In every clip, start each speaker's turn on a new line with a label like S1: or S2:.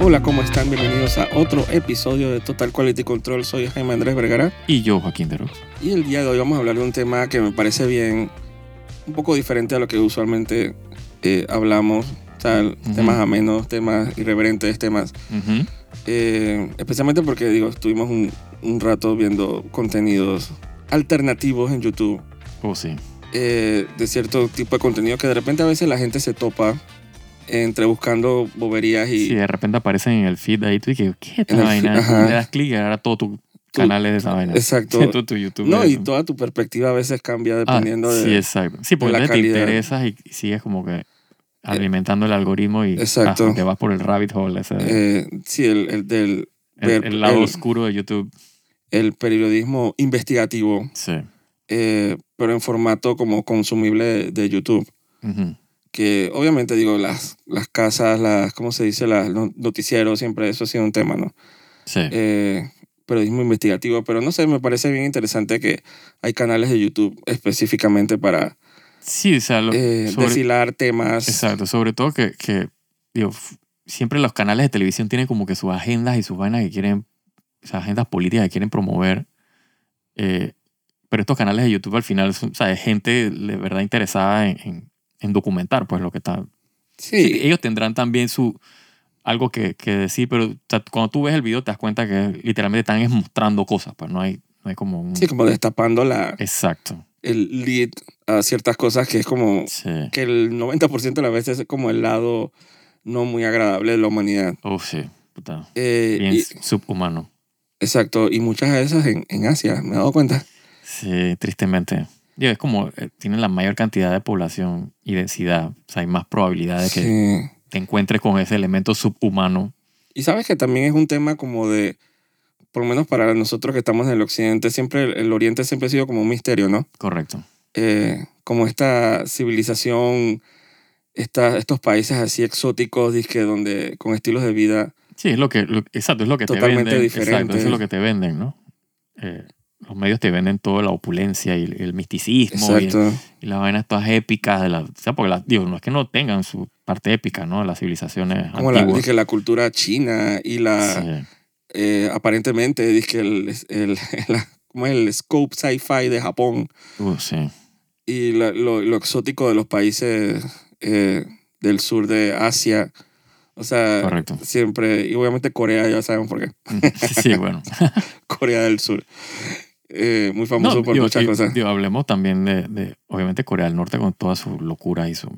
S1: Hola, ¿cómo están? Bienvenidos a otro episodio de Total Quality Control. Soy Jaime Andrés Vergara
S2: Y yo, Joaquín de Rox.
S1: y el día de hoy vamos a hablar de un tema que me parece bien, un poco diferente a lo que usualmente eh, hablamos. O sea, temas amenos, temas irreverentes, temas.
S2: Ujú.
S1: eh, especialmente porque, digo, estuvimos un, un rato viendo contenidos alternativos en YouTube
S2: Oh, sí.
S1: eh, de cierto tipo de contenido que de repente a veces la gente se topa entre buscando boberías y
S2: Si de repente aparecen en el feed ahí, tú dices, ¿qué es esta
S1: En el
S2: vaina?
S1: feed, ajá.
S2: Le das clic y ahora todo tu canal es de esa vaina.
S1: Exacto.
S2: Todo tu YouTube.
S1: No,
S2: es
S1: y
S2: eso.
S1: toda tu perspectiva a veces cambia
S2: Ah,
S1: dependiendo de...
S2: Sí, exacto. Sí, porque
S1: la
S2: entonces te
S1: calidad. Eh,
S2: interesas y, y sigues como que alimentando el algoritmo y
S1: Exacto.
S2: ah, te vas por el rabbit hole, ese,
S1: eh, sí, el, el del
S2: el,
S1: ver-
S2: el lado
S1: el-
S2: oscuro de YouTube.
S1: el periodismo investigativo,
S2: Sí.
S1: eh, pero en formato como consumible de, de YouTube.
S2: Ujú.
S1: Que obviamente, digo, las, las casas, las, ¿cómo se dice? Las, los noticieros, siempre eso ha sido un tema, ¿no?
S2: Sí.
S1: Eh, periodismo investigativo, pero no sé, me parece bien interesante que hay canales de YouTube específicamente para
S2: sí, o sea, lo-
S1: eh,
S2: sobre-
S1: deshilar temas.
S2: Exacto, sobre todo que, que, digo, f- siempre los canales de televisión tienen como que sus agendas y sus vainas que quieren, o sea, agendas políticas que quieren promover. eh, pero estos canales de YouTube al final son, o sea, es gente de verdad interesada en, en- en documentar, pues lo que está.
S1: Sí,
S2: Ellos tendrán también su algo que, que decir, pero o sea, cuando tú ves el video te das cuenta que literalmente están es mostrando cosas, pues no hay, no hay como un.
S1: sí, como destapando la,
S2: eh Exacto.
S1: el lead a ciertas cosas que es como
S2: Sí.
S1: que el 90% de las veces es como el lado no muy agradable de la humanidad.
S2: Oh, sí. Puta.
S1: Eh,
S2: Bien
S1: y-
S2: subhumano.
S1: exacto, y muchas de esas en, en Asia, me he dado cuenta.
S2: Sí, tristemente. Digo, es como eh, tienen la mayor cantidad de población y densidad. O sea, hay más probabilidad de que
S1: Sí.
S2: te encuentres con ese elemento subhumano.
S1: Y sabes que también es un tema como de, por lo menos para nosotros que estamos en el occidente, siempre el, el oriente siempre ha sido como un misterio, ¿no?
S2: Correcto.
S1: Eh, como esta civilización, esta, estos países así exóticos, dizque, donde con estilos de vida
S2: Sí, es lo que. lo- exacto, es lo que
S1: Totalmente
S2: te venden.
S1: diferente.
S2: Exacto, eso es lo que te venden, ¿no? Eh, los medios te venden toda la opulencia y el, el misticismo y,
S1: Exacto.
S2: y las vainas todas épicas. De la, o sea, porque las, digo, no es que no tengan su parte épica, ¿no? Las civilizaciones
S1: Como la,
S2: antiguas.
S1: dizque, la cultura china y la...
S2: Sí.
S1: eh, aparentemente dice que el, el, la- como es el scope sci-fi de Japón
S2: Uh, sí.
S1: y la- lo, lo exótico de los países eh, del sur de Asia. O sea,
S2: Correcto.
S1: siempre, y obviamente Corea, ya sabemos por qué,
S2: Sí, bueno.
S1: Corea del Sur. Eh, muy famoso por
S2: digo,
S1: muchas
S2: digo,
S1: cosas.
S2: digo, hablemos también de, de, obviamente, Corea del Norte con toda su locura y su...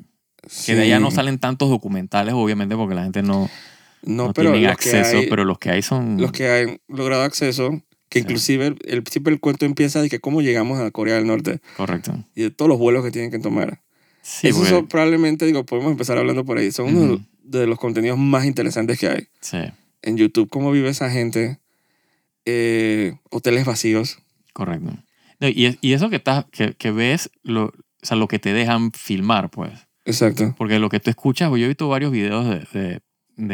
S1: Sí.
S2: Que de allá no salen tantos documentales, obviamente, porque la gente no,
S1: No,
S2: no
S1: pero
S2: tiene
S1: los que,
S2: acceso,
S1: hay,
S2: pero los que hay son...
S1: los que han logrado acceso, que
S2: Sí.
S1: inclusive el, el- siempre el cuento empieza de que cómo llegamos a Corea del Norte
S2: Correcto.
S1: y de todos los vuelos que tienen que tomar.
S2: Sí,
S1: Esos
S2: porque-
S1: son probablemente, digo, podemos empezar hablando por ahí. Son uno
S2: Ujú.
S1: de los contenidos más interesantes que hay
S2: sí,
S1: en YouTube. Cómo vive esa gente. eh, hoteles vacíos.
S2: correcto. No, y, es- y eso que, estás, que, que ves, lo, o sea, lo que te dejan filmar, pues.
S1: Exacto.
S2: Porque lo que tú escuchas, yo he visto varios videos de, de,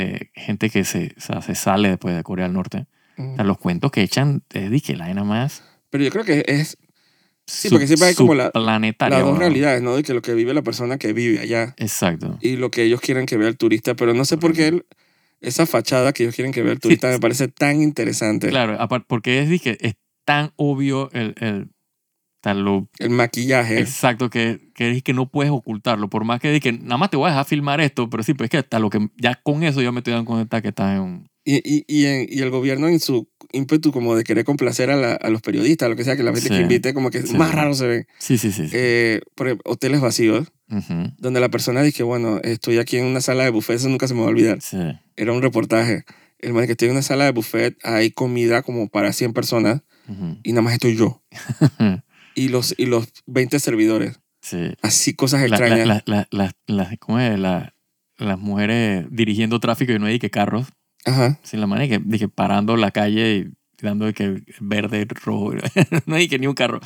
S2: de gente que se, o sea, se sale después de Corea del Norte. O sea, los cuentos que echan, te dije, la vaina más...
S1: Pero yo creo que es
S2: Sí,
S1: porque siempre hay como la-
S2: planetaria.
S1: las dos realidades, ¿no? De que lo que vive la persona que vive allá
S2: Exacto.
S1: y lo que ellos quieren que vea el turista. Pero no sé por qué el- esa fachada que ellos quieren que vea el turista me parece tan interesante.
S2: Claro, apar- porque es, dije, es tan obvio el, el, tan lo
S1: El maquillaje.
S2: exacto que, que es que no puedes ocultarlo. Por más que dije, nada más te voy a dejar filmar esto, pero sí, pues es que hasta lo que ya con eso yo me estoy dando cuenta que estás en un...
S1: Y, y, y, en- y el gobierno en su ímpetu como de querer complacer a, la- a los periodistas, lo que sea, que la gente que
S2: Sí.
S1: invite como que
S2: Sí.
S1: más raro se ven.
S2: Sí, sí, sí. sí.
S1: eh, por ejemplo, hoteles vacíos,
S2: Ujú,
S1: donde la persona dice, bueno, estoy aquí en una sala de buffet, eso nunca se me va a olvidar.
S2: sí.
S1: Era un reportaje. El man que estoy en una sala de buffet, hay comida como para 100 personas
S2: Ujú.
S1: y nada más estoy yo. Y los, y los 20 servidores.
S2: sí.
S1: Así cosas
S2: La- la-
S1: extrañas.
S2: la- la- la- la- ¿Cómo es? La- las mujeres dirigiendo tráfico y no hay que carros.
S1: Ajá.
S2: Sin la manera que, de que parando la calle y dando de que verde, rojo. no hay que ni un carro.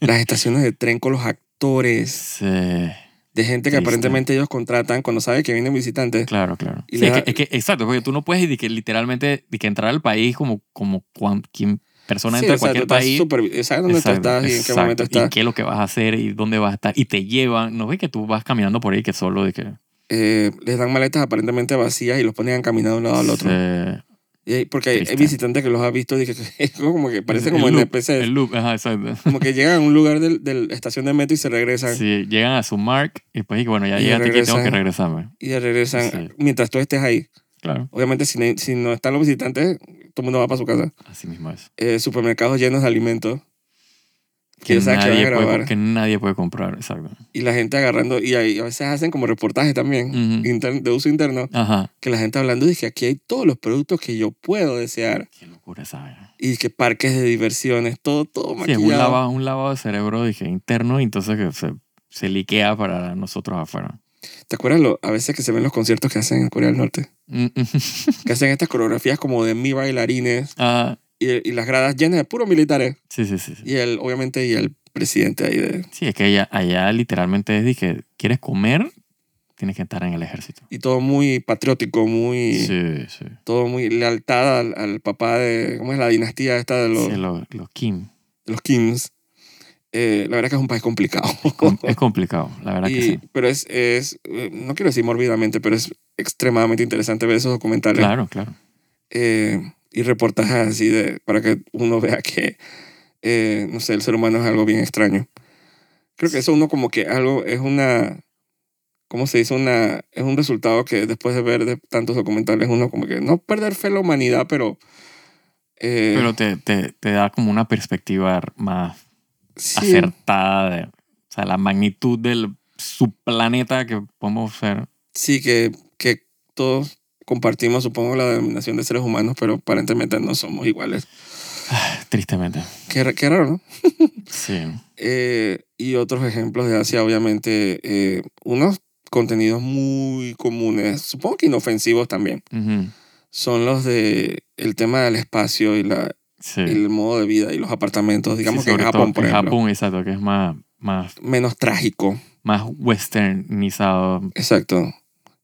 S1: Las estaciones de tren con los actores,
S2: Sí.
S1: de gente que
S2: Triste.
S1: aparentemente ellos contratan cuando sabe que vienen visitantes.
S2: Claro, claro.
S1: Y
S2: Sí, es,
S1: la-
S2: que, es que- exacto, porque tú no puedes de que literalmente de que entrar al país como, como cuan- quien persona
S1: Sí,
S2: entra a
S1: o sea, tú
S2: cualquier
S1: estás
S2: país.
S1: supervi- sabes dónde tú
S2: Exacto,
S1: estás y en qué
S2: exacto.
S1: momento estás.
S2: Y qué es lo que vas a hacer y dónde vas a estar. Y te llevan. No ves que tú vas caminando por ahí que solo de que.
S1: eh, les dan maletas aparentemente vacías y los ponen caminando de un lado al otro.
S2: Se-
S1: Y hay- porque hay, hay
S2: Triste.
S1: visitantes que los ha visto y que, que como que parece como
S2: el loop,
S1: NPCs.
S2: El loop, ajá, exacto.
S1: Como que llegan a un lugar del- de la estación de metro y se regresan.
S2: Sí, llegan a su mark y pues y que, bueno, ya
S1: Y
S2: llegaste aquí, tengo
S1: regresan.
S2: que regresarme.
S1: Y se regresan
S2: Sí.
S1: mientras tú estés ahí.
S2: Claro,
S1: Obviamente, si, ne- si no están los visitantes, todo el mundo va para su casa.
S2: así mismo es.
S1: Eh, supermercados llenos de alimentos.
S2: Que
S1: Quién sabe qué van a
S2: nadie, puede,
S1: grabar.
S2: que nadie puede comprar, exacto.
S1: Y la gente agarrando. Y ahí a veces hacen como reportajes también.
S2: Ujú.
S1: inter- de uso interno.
S2: Ajá.
S1: Que la gente hablando dice que aquí hay todos los productos que yo puedo desear.
S2: Qué locura esa vaina.
S1: Y que parques de diversiones, todo, todo
S2: Sí, es
S1: maquillado.
S2: un lavado, un lavado de cerebro, dije, interno, y entonces que se, se liquea para nosotros afuera.
S1: ¿Te acuerdas lo, a veces que se ven los conciertos que hacen en Corea del Norte?
S2: Mm, mm.
S1: Que hacen estas coreografías como de mi bailarines
S2: Ah,
S1: y, y las gradas llenas de puros militares.
S2: sí, sí, sí. sí.
S1: Y el, obviamente, y el presidente ahí de...
S2: Sí, es que allá, allá literalmente es, dije, ¿quieres comer? Tienes que estar en el ejército.
S1: Y todo muy patriótico, muy...
S2: Sí, sí.
S1: Todo muy lealtad al, al papá de... ¿Cómo es la dinastía esta de los,
S2: Sí, lo- los Kim.
S1: de los Kims? Eh, la verdad es que es un país complicado.
S2: Com- es complicado, la verdad que
S1: Y-
S2: sí.
S1: Pero es, es, eh, no quiero decir mórbidamente, pero es extremadamente interesante ver esos documentales
S2: Claro, claro.
S1: eh, y reportajes así de, para que uno vea que, eh, no sé, el ser humano es algo bien extraño. Creo que eso uno como que algo es una, ¿cómo se dice? Una, es un resultado que después de ver de tantos documentales uno como que no perder fe en la humanidad, pero... eh,
S2: Pero te, te, te da como una perspectiva más
S1: sí,
S2: acertada de o sea, la magnitud del subplaneta que podemos ser.
S1: sí, que, que todos compartimos, supongo, la denominación de seres humanos, pero aparentemente no somos iguales.
S2: Tristemente.
S1: Qué, ra- qué raro, ¿no?
S2: Sí.
S1: Eh, y otros ejemplos de Asia, obviamente, eh, unos contenidos muy comunes, supongo que inofensivos también,
S2: Ujú.
S1: son los de el tema del espacio y la,
S2: Sí.
S1: el modo de vida y los apartamentos, digamos
S2: Sí,
S1: que en
S2: sobre
S1: Japón,
S2: todo
S1: por
S2: en
S1: ejemplo,
S2: Japón, exacto, que es más, más,
S1: menos trágico,
S2: más westernizado.
S1: exacto.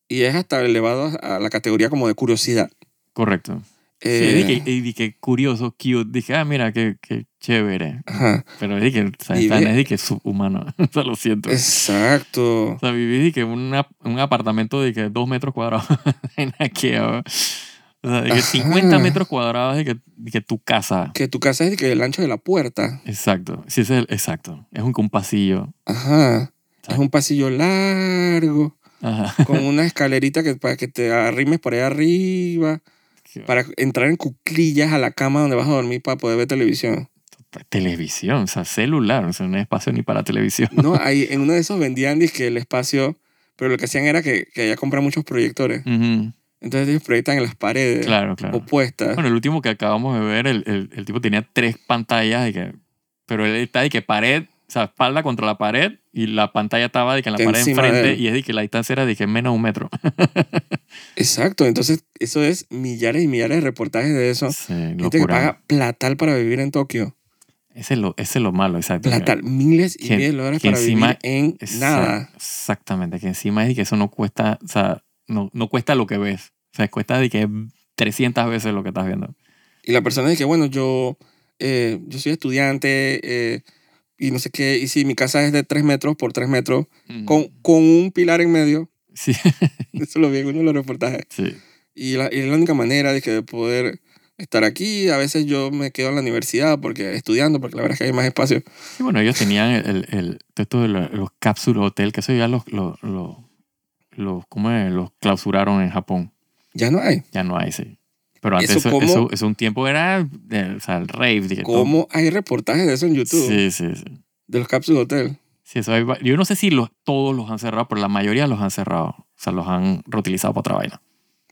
S1: Y es hasta elevado a la categoría como de curiosidad.
S2: Correcto.
S1: Eh,
S2: Sí, dije, y dije, curioso, cute. Dije, ah, mira, qué, qué chévere.
S1: ajá,
S2: Pero dije, o sea,
S1: Y
S2: esta
S1: ve-
S2: no es dije subhumano. o sea, lo siento.
S1: exacto.
S2: O sea, viví dije, en una- un apartamento de que dos metros cuadrados en Ikea. O sea, de que
S1: Ajá.
S2: 50 metros cuadrados de que, de que tu casa.
S1: Que tu casa es que el ancho de la puerta.
S2: Exacto. Sí, ese es el, exacto. Es un, un pasillo.
S1: Ajá. Es un pasillo largo.
S2: Ajá.
S1: con una escalerita que, para que te arrimes por ahí arriba, para entrar en cuclillas a la cama donde vas a dormir para poder ver televisión.
S2: Televisión, o sea, celular. O sea, no hay espacio ni para televisión.
S1: No, ahí en uno de esos vendían que el espacio, pero lo que hacían era que, que allá compran muchos proyectores.
S2: Ujú.
S1: Entonces ellos proyectan en las paredes
S2: Claro, claro.
S1: opuestas.
S2: Bueno, el último que acabamos de ver, el, el- el tipo tenía tres pantallas, de que, pero él está de que pared, o sea, espalda contra la pared y la pantalla estaba de que en la
S1: Que
S2: pared
S1: encima de
S2: enfrente
S1: él.
S2: y es de que la distancia era de que menos de un metro.
S1: Exacto, entonces eso es millares y millares de reportajes de eso.
S2: Sí,
S1: Gente que
S2: locura.
S1: paga platal para vivir en Tokio.
S2: Ese es, lo, ese es lo malo, exacto.
S1: Platal, miles y
S2: Que-
S1: miles de dólares
S2: que
S1: para
S2: encima-
S1: vivir en
S2: Exact-
S1: nada.
S2: Exactamente, que encima es de que eso no cuesta, o sea, no, no cuesta lo que ves. O sea, cuesta de que 300 veces lo que estás viendo.
S1: Y la persona dice que, bueno, yo, eh, yo soy estudiante eh, y no sé qué, y si mi casa es de 3 metros por 3 metros,
S2: Mm.
S1: con, con un pilar en medio,
S2: Sí,
S1: eso lo vi en uno de los reportajes.
S2: sí,
S1: Y, la, y es la única manera de que de poder estar aquí, a veces yo me quedo en la universidad porque estudiando, porque la verdad es que hay más espacio.
S2: Sí, bueno, ellos tenían el, el, el- todo esto de lo- los cápsulas hotel, que eso ya los, los, los, los- ¿cómo es? los clausuraron en Japón.
S1: Ya no hay.
S2: Ya no hay, sí. Pero antes
S1: ¿Eso
S2: eso,
S1: cómo?
S2: eso, eso un tiempo era eh, o sea, el rave. dije, todo.
S1: ¿Cómo hay reportajes de eso en YouTube?
S2: Sí, sí, sí.
S1: De los Capsule Hotel.
S2: Sí, eso hay va- yo no sé si los, todos los han cerrado, pero la mayoría los han cerrado. O sea, los han reutilizado para otra vaina.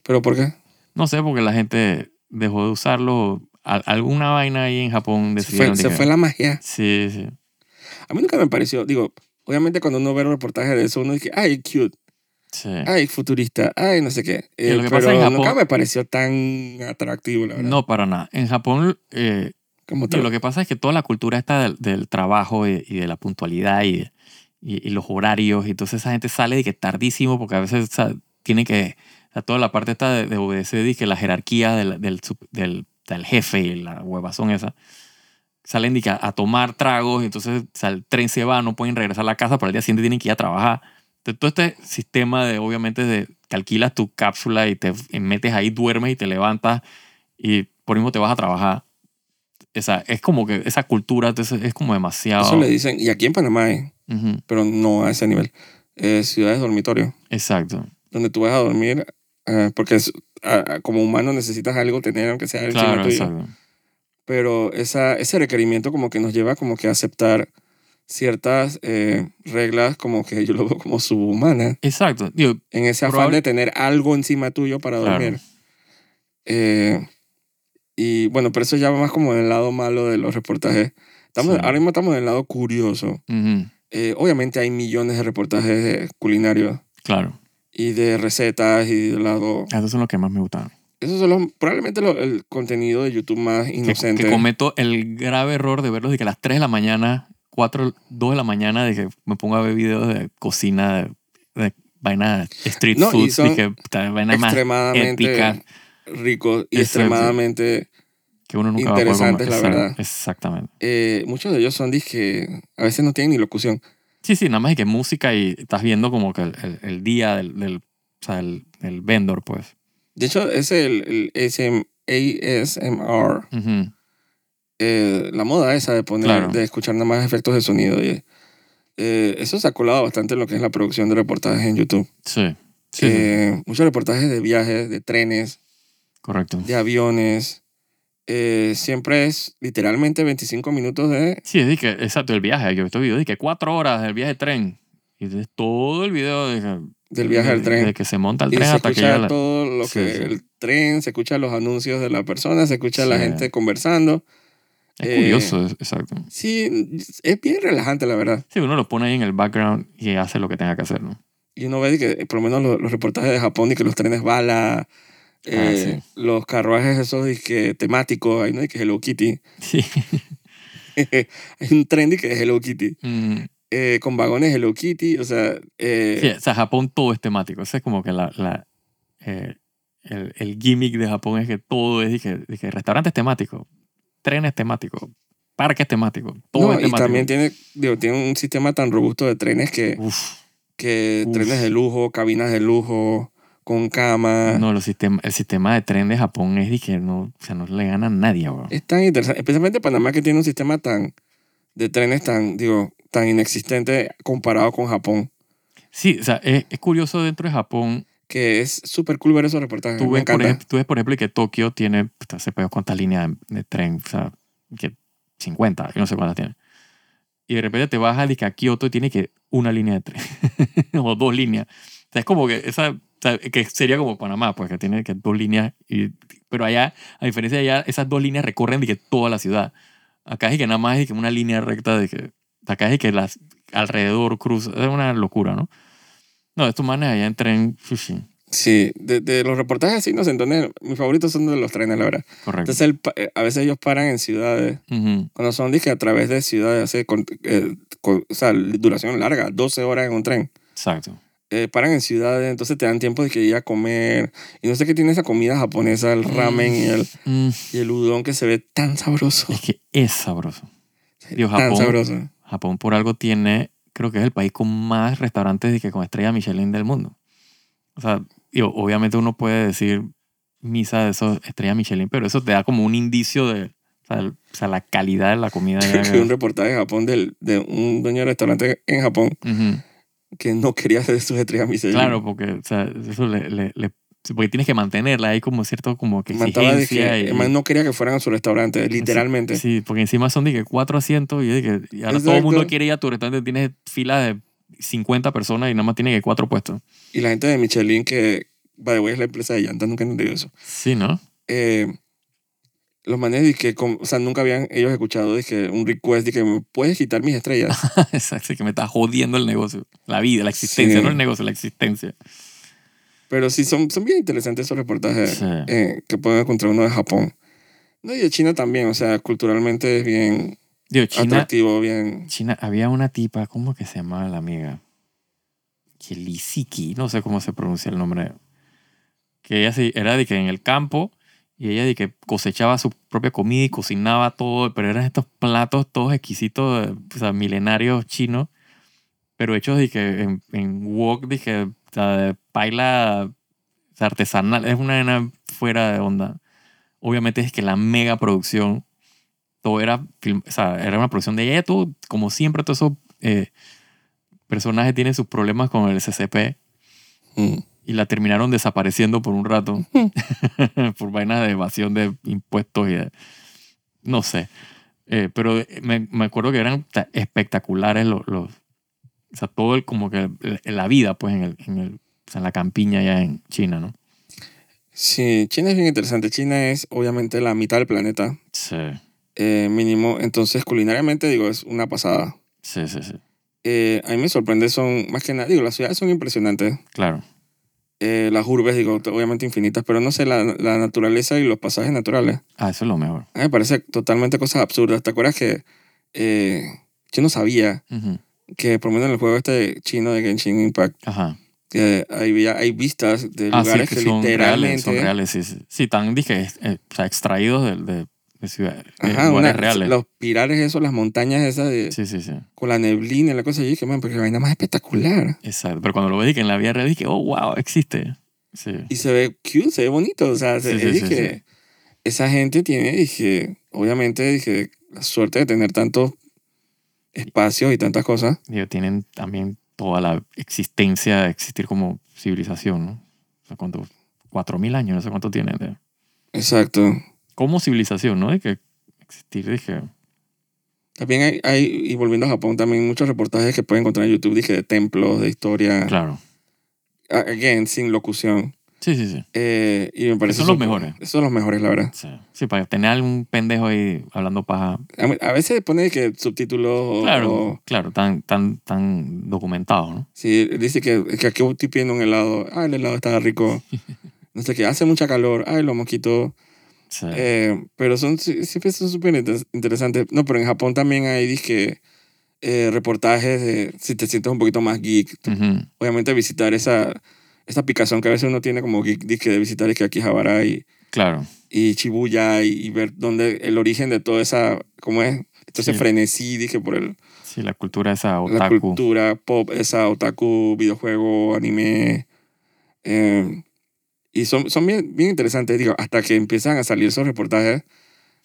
S1: ¿Pero por qué?
S2: No sé, porque la gente dejó de usarlo. Al- alguna vaina ahí en
S1: Se fue,
S2: Japón decidieron...
S1: se
S2: dije,
S1: fue la magia.
S2: Sí, sí.
S1: A mí nunca me pareció, digo, obviamente cuando uno ve reportajes de eso, uno dice, ay, cute.
S2: sí.
S1: ay, futurista, ay, no sé qué. Eh,
S2: lo que
S1: pero
S2: pasa en Japón-
S1: nunca me pareció tan atractivo, la verdad.
S2: no, para nada. En Japón... eh,
S1: Como
S2: Y
S1: tal.
S2: lo que pasa es que toda la cultura está del, del trabajo y, y de la puntualidad y, y- y los horarios. Y entonces esa gente sale de que tardísimo porque a veces o sea, tiene que... o sea, toda la parte está de, de obedecer y que la jerarquía del, del, sup- del- del jefe y la huevazón esa. Salen de que a, a tomar tragos y entonces o sea, el tren se va, no pueden regresar a la casa, pero al día siguiente tienen que ir a trabajar. Entonces, todo este sistema de, obviamente, de que alquilas tu cápsula y te metes ahí, duermes y te levantas y por mismo te vas a trabajar. Esa, es como que esa cultura entonces, es como demasiado.
S1: Eso le dicen, y aquí en Panamá, eh,
S2: Ujú,
S1: pero no a ese nivel. Eh, ciudades dormitorio,
S2: Exacto.
S1: donde tú vas a dormir, ah, porque es- ah, ah, como humano necesitas algo tener, aunque sea encima
S2: Claro,
S1: tuyo.
S2: exacto.
S1: pero esa, ese requerimiento como que nos lleva como que a aceptar ciertas eh, reglas como que yo lo veo como subhumanas
S2: Exacto. Digo,
S1: en ese afán
S2: Probable-
S1: de tener algo encima tuyo para
S2: Claro.
S1: dormir Eh, y bueno pero eso ya va más como del lado malo de los reportajes estamos,
S2: Sí.
S1: ahora mismo estamos del lado curioso
S2: ujú,
S1: Eh, obviamente hay millones de reportajes de culinarios
S2: claro.
S1: y de recetas y del lado
S2: Esos son los que más me gustaban.
S1: esos son los- probablemente lo- el contenido de YouTube más
S2: que,
S1: inocente
S2: que cometo el grave error de verlos de que a las 3 de la mañana, 4, 2 de la mañana, de que me pongo a ver videos de cocina, de, de vaina street
S1: No, y
S2: foods, de
S1: son
S2: que puta, vaina más épica.
S1: extremadamente ricos y
S2: Exacto.
S1: extremadamente
S2: que uno nunca va a poder comer.
S1: interesantes, la
S2: Exacto,
S1: verdad.
S2: Exactamente.
S1: eh, muchos de ellos son que a veces no tienen ni locución
S2: Sí, sí, nada más de que música y estás viendo como que el, el- el día del, del, o sea, el, el vendor, pues.
S1: de hecho es el, el SM ASMR
S2: Ujú,
S1: eh, la moda esa de poner
S2: Claro.
S1: de escuchar nada más efectos de sonido y, eh, eso se ha colado bastante en lo que es la producción de reportajes en YouTube
S2: Sí, sí, sí,
S1: Eh, muchos reportajes de viajes de trenes
S2: correcto.
S1: de aviones eh, siempre es literalmente 25 minutos de
S2: Sí, es de que, exacto, el viaje. Yo he visto videos de que 4 horas del viaje de tren. Y entonces todo el video de que-
S1: del viaje al
S2: de-
S1: tren
S2: De que se monta el
S1: Y
S2: tren
S1: se
S2: hasta que
S1: escucha
S2: llega la...
S1: todo lo
S2: Sí,
S1: que
S2: sí.
S1: el tren, se escucha los anuncios de la persona, se escucha la
S2: Sí.
S1: gente conversando.
S2: Es
S1: eh,
S2: curioso, es- exacto.
S1: Sí, es bien relajante, la verdad.
S2: Sí, uno lo pone ahí en el background y hace lo que tenga que hacer, ¿no?
S1: Y uno ve que, eh, por lo menos, los, los reportajes de Japón y que los trenes bala,
S2: Ah,
S1: eh, los carruajes esos y que temáticos, hay uno de que Hello Kitty.
S2: Sí.
S1: hay un tren de que es Hello Kitty,
S2: Mm,
S1: eh, con vagones Hello Kitty, o sea, eh,
S2: sí, o sea, Japón todo es temático. Ese es como que la... la, eh, el, el gimmick de Japón es que todo es... Dije, dije, restaurantes temáticos, trenes temáticos, parques temáticos, todo
S1: no,
S2: es
S1: y
S2: temático.
S1: también tiene, digo, tiene un sistema tan robusto de trenes que,
S2: Uf,
S1: que
S2: Uf.
S1: trenes de lujo, cabinas de lujo, con cama.
S2: no, los sistema, el sistema de tren de Japón es dije, no, o sea, no le gana a nadie, bro.
S1: Es tan interesante, especialmente Panamá que tiene un sistema tan de trenes tan, digo, tan inexistente comparado con Japón,
S2: Sí, o sea, es- es curioso dentro de Japón
S1: que es súper cool ver esos reportajes.
S2: Tú
S1: Me
S2: ves, por
S1: encanta.
S2: ejemplo, tú ves, por ejemplo, que Tokio tiene, puta, se pegó cuántas líneas de, de tren, o sea, que 50, yo no sé cuántas tiene. Y de repente te bajas de que a Kioto y tiene que una línea de tren, o dos líneas. O sea, es como que esa, o sea, que sería como Panamá, pues que tiene que dos líneas, y, pero allá, a diferencia de allá, esas dos líneas recorren de que toda la ciudad. Acá es que nada más es que una línea recta de que, acá es que las alrededor cruza, es una locura, ¿no? No, estos manes allá en tren, sushi,
S1: Sí, de, de los reportajes así inocentones, mis favoritos son de los trenes, la verdad.
S2: correcto.
S1: Entonces, el pa- eh, a veces ellos paran en ciudades,
S2: Ujú.
S1: cuando son, dije, a través de ciudades, hace con- eh, con- o sea, duración larga, 12 horas en un tren.
S2: Exacto.
S1: Eh, paran en ciudades, entonces te dan tiempo de que ir a comer. Y no sé qué tiene esa comida japonesa, el ramen y el,
S2: Mm,
S1: y el udon que se ve tan sabroso.
S2: es que es sabroso. Digo,
S1: Tan
S2: Japón,
S1: Ah, sabroso.
S2: Japón por algo tiene, creo que es el país con más restaurantes de que con estrella Michelin del mundo. O sea, digo, obviamente uno puede decir misa de esos estrellas Michelin, pero eso te da como un indicio de o sea, el- o sea, la calidad de la comida. allá
S1: que un
S2: que-
S1: reportaje de Japón del, de un dueño de restaurante en Japón
S2: Ujú.
S1: que no quería hacer sus estrellas Michelin.
S2: Claro, porque o sea, eso le, le- le- porque tienes que mantenerla, hay como cierto como que
S1: Mantaba de que
S2: exigencia y-
S1: el man no quería que fueran a su restaurante, literalmente.
S2: Sí, porque encima son de que cuatro asientos y, de que, y ahora todo el
S1: Exacto.
S2: mundo quiere ir a tu restaurante. Tienes fila de 50 personas y nada más tiene que cuatro puestos.
S1: Y la gente de Michelin, que by the way es la empresa de llantas, nunca entendí eso.
S2: Sí, ¿no?
S1: Eh, los manes de que, com- o sea, nunca habían ellos escuchado de que un request de que me puedes quitar mis estrellas.
S2: Exacto, que me está jodiendo el negocio. La vida, la existencia,
S1: Sí.
S2: no el negocio, la existencia.
S1: Pero sí, son, son bien interesantes esos reportajes
S2: Sí.
S1: eh, que pueden encontrar uno de Japón. No, y de China también, o sea, culturalmente es bien
S2: Digo, China,
S1: atractivo, bien...
S2: China, había una tipa, ¿cómo que se llamaba la amiga? Que Lisiki, no sé cómo se pronuncia el nombre. Que ella sí, era de que en el campo y ella de que cosechaba su propia comida y cocinaba todo, pero eran estos platos todos exquisitos, eh, o sea, milenarios chinos. pero hechos de que en, en wok, dije, o sea, de paila o sea, artesanal, es una arena fuera de onda. Obviamente es que la mega producción, todo era, film- o sea, era una producción de ella, todo, como siempre, todos esos eh, personajes tienen sus problemas con el CCP
S1: Mm.
S2: y la terminaron desapareciendo por un rato por vainas de evasión de impuestos y de- no sé Eh, pero me, me acuerdo que eran ta- espectaculares los, los o sea todo el como que el- la vida pues en el, en el- o sea, en la campiña allá en China no
S1: Sí, China es bien interesante. China es obviamente la mitad del planeta,
S2: sí
S1: eh, mínimo. Entonces, culinariamente, digo, es una pasada.
S2: sí sí sí
S1: Eh, a mí me sorprende, son, más que nada, digo, las ciudades son impresionantes.
S2: claro
S1: Eh, las urbes, digo, obviamente infinitas, pero no sé, la, la naturaleza y los pasajes naturales.
S2: ah eso es lo mejor
S1: A mí me parece totalmente cosas absurdas. ¿Te acuerdas que eh, yo no sabía
S2: Ujú.
S1: que, por lo menos en el juego este chino de Genshin Impact,
S2: ajá
S1: que hay, hay vistas de
S2: ah sí
S1: lugares
S2: que
S1: que,
S2: son reales
S1: literalmente...
S2: son reales sí sí sí tan dije eh, o sea, extraídos de, de, de ciudades de
S1: Ajá,
S2: eh,
S1: una-
S2: lugares reales
S1: los pirares esos, las montañas esas de,
S2: sí sí sí
S1: con la neblina y la cosa. Y yo dije, man, pero qué vaina más espectacular.
S2: Exacto. Pero cuando lo ves y que en la vida real dije, oh, wow, existe. Sí.
S1: Y se ve cute, se ve bonito. O sea, se,
S2: Sí, sí,
S1: es
S2: sí,
S1: que esa gente tiene, dije, obviamente, dije, la suerte de tener tantos espacios y tantas cosas.
S2: Digo, tienen también toda la existencia de existir como civilización, ¿no? O sea, ¿cuánto? Cuatro mil años, no sé cuánto tienen. de-
S1: Exacto.
S2: Como civilización, ¿no? De que existir, dije.
S1: También hay, hay, y volviendo a Japón, también muchos reportajes que pueden encontrar en YouTube, dije, de templos, de historia.
S2: Claro.
S1: A- Again, sin locución.
S2: Sí, sí, sí.
S1: Eh, y me parece...
S2: Esos son los mejores.
S1: Esos son ¿eh? los mejores, la verdad.
S2: Sí, Sí, para tener algún pendejo ahí hablando paja.
S1: A, a veces pone que subtítulos o-
S2: Claro,
S1: o
S2: claro, tan, tan, tan documentado, ¿no?
S1: Sí, dice que, que aquí estoy pidiendo un helado. Ah, el helado está rico. No sé qué, hace mucha calor. Ay, los mosquitos.
S2: Sí.
S1: Eh, pero son, sí- siempre son súper inter- interesantes. No, pero en Japón también hay disque, eh, reportajes de si te sientes un poquito más geek.
S2: Ujú.
S1: Obviamente visitar esa, esa picazón que a veces uno tiene como geek, disque de visitar es que Akihabara y,
S2: Claro.
S1: y Shibuya y, y ver dónde el origen de toda esa, ¿cómo es? Entonces
S2: Sí.
S1: frenesí, dije, por el,
S2: Sí, la cultura esa
S1: la
S2: otaku.
S1: cultura pop, esa otaku, videojuego, anime. eh, y son, son bien, bien interesantes, digo, hasta que empiezan a salir esos reportajes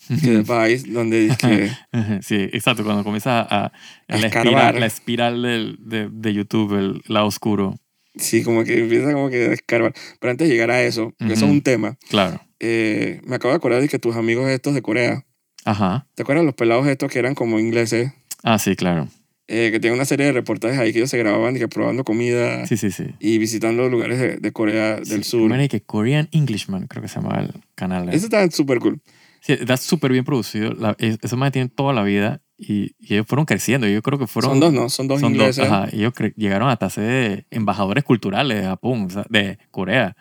S1: de Vice, donde dice que
S2: Sí, exacto, cuando comienza a, la,
S1: escarbar.
S2: espiral, la espiral del- de, de YouTube, el lado oscuro.
S1: sí, como que empieza como que a escarbar. Pero antes de llegar a eso, que eso es
S2: Ujú.
S1: un tema,
S2: Claro.
S1: eh, me acabo de acordar de que tus amigos estos de Corea,
S2: Ajá.
S1: ¿te acuerdas los pelados estos que eran como ingleses?
S2: Ah, sí, claro.
S1: Eh, que tienen una serie de reportajes ahí que ellos se grababan y que probando comida
S2: Sí, sí, sí.
S1: y visitando lugares de, de Corea Ah. del
S2: Sí,
S1: Sur.
S2: bueno, y que Korean Englishman, creo que se llama el canal.
S1: Eso está súper cool.
S2: Sí, está súper bien producido. La, es- esos más tienen toda la vida y, y ellos fueron creciendo. Yo creo que fueron.
S1: son dos, ¿no? Son dos
S2: son dos,
S1: ingleses. ¿eh?
S2: ajá. Ellos cre- llegaron hasta ser embajadores culturales de Japón, o sea, de Corea.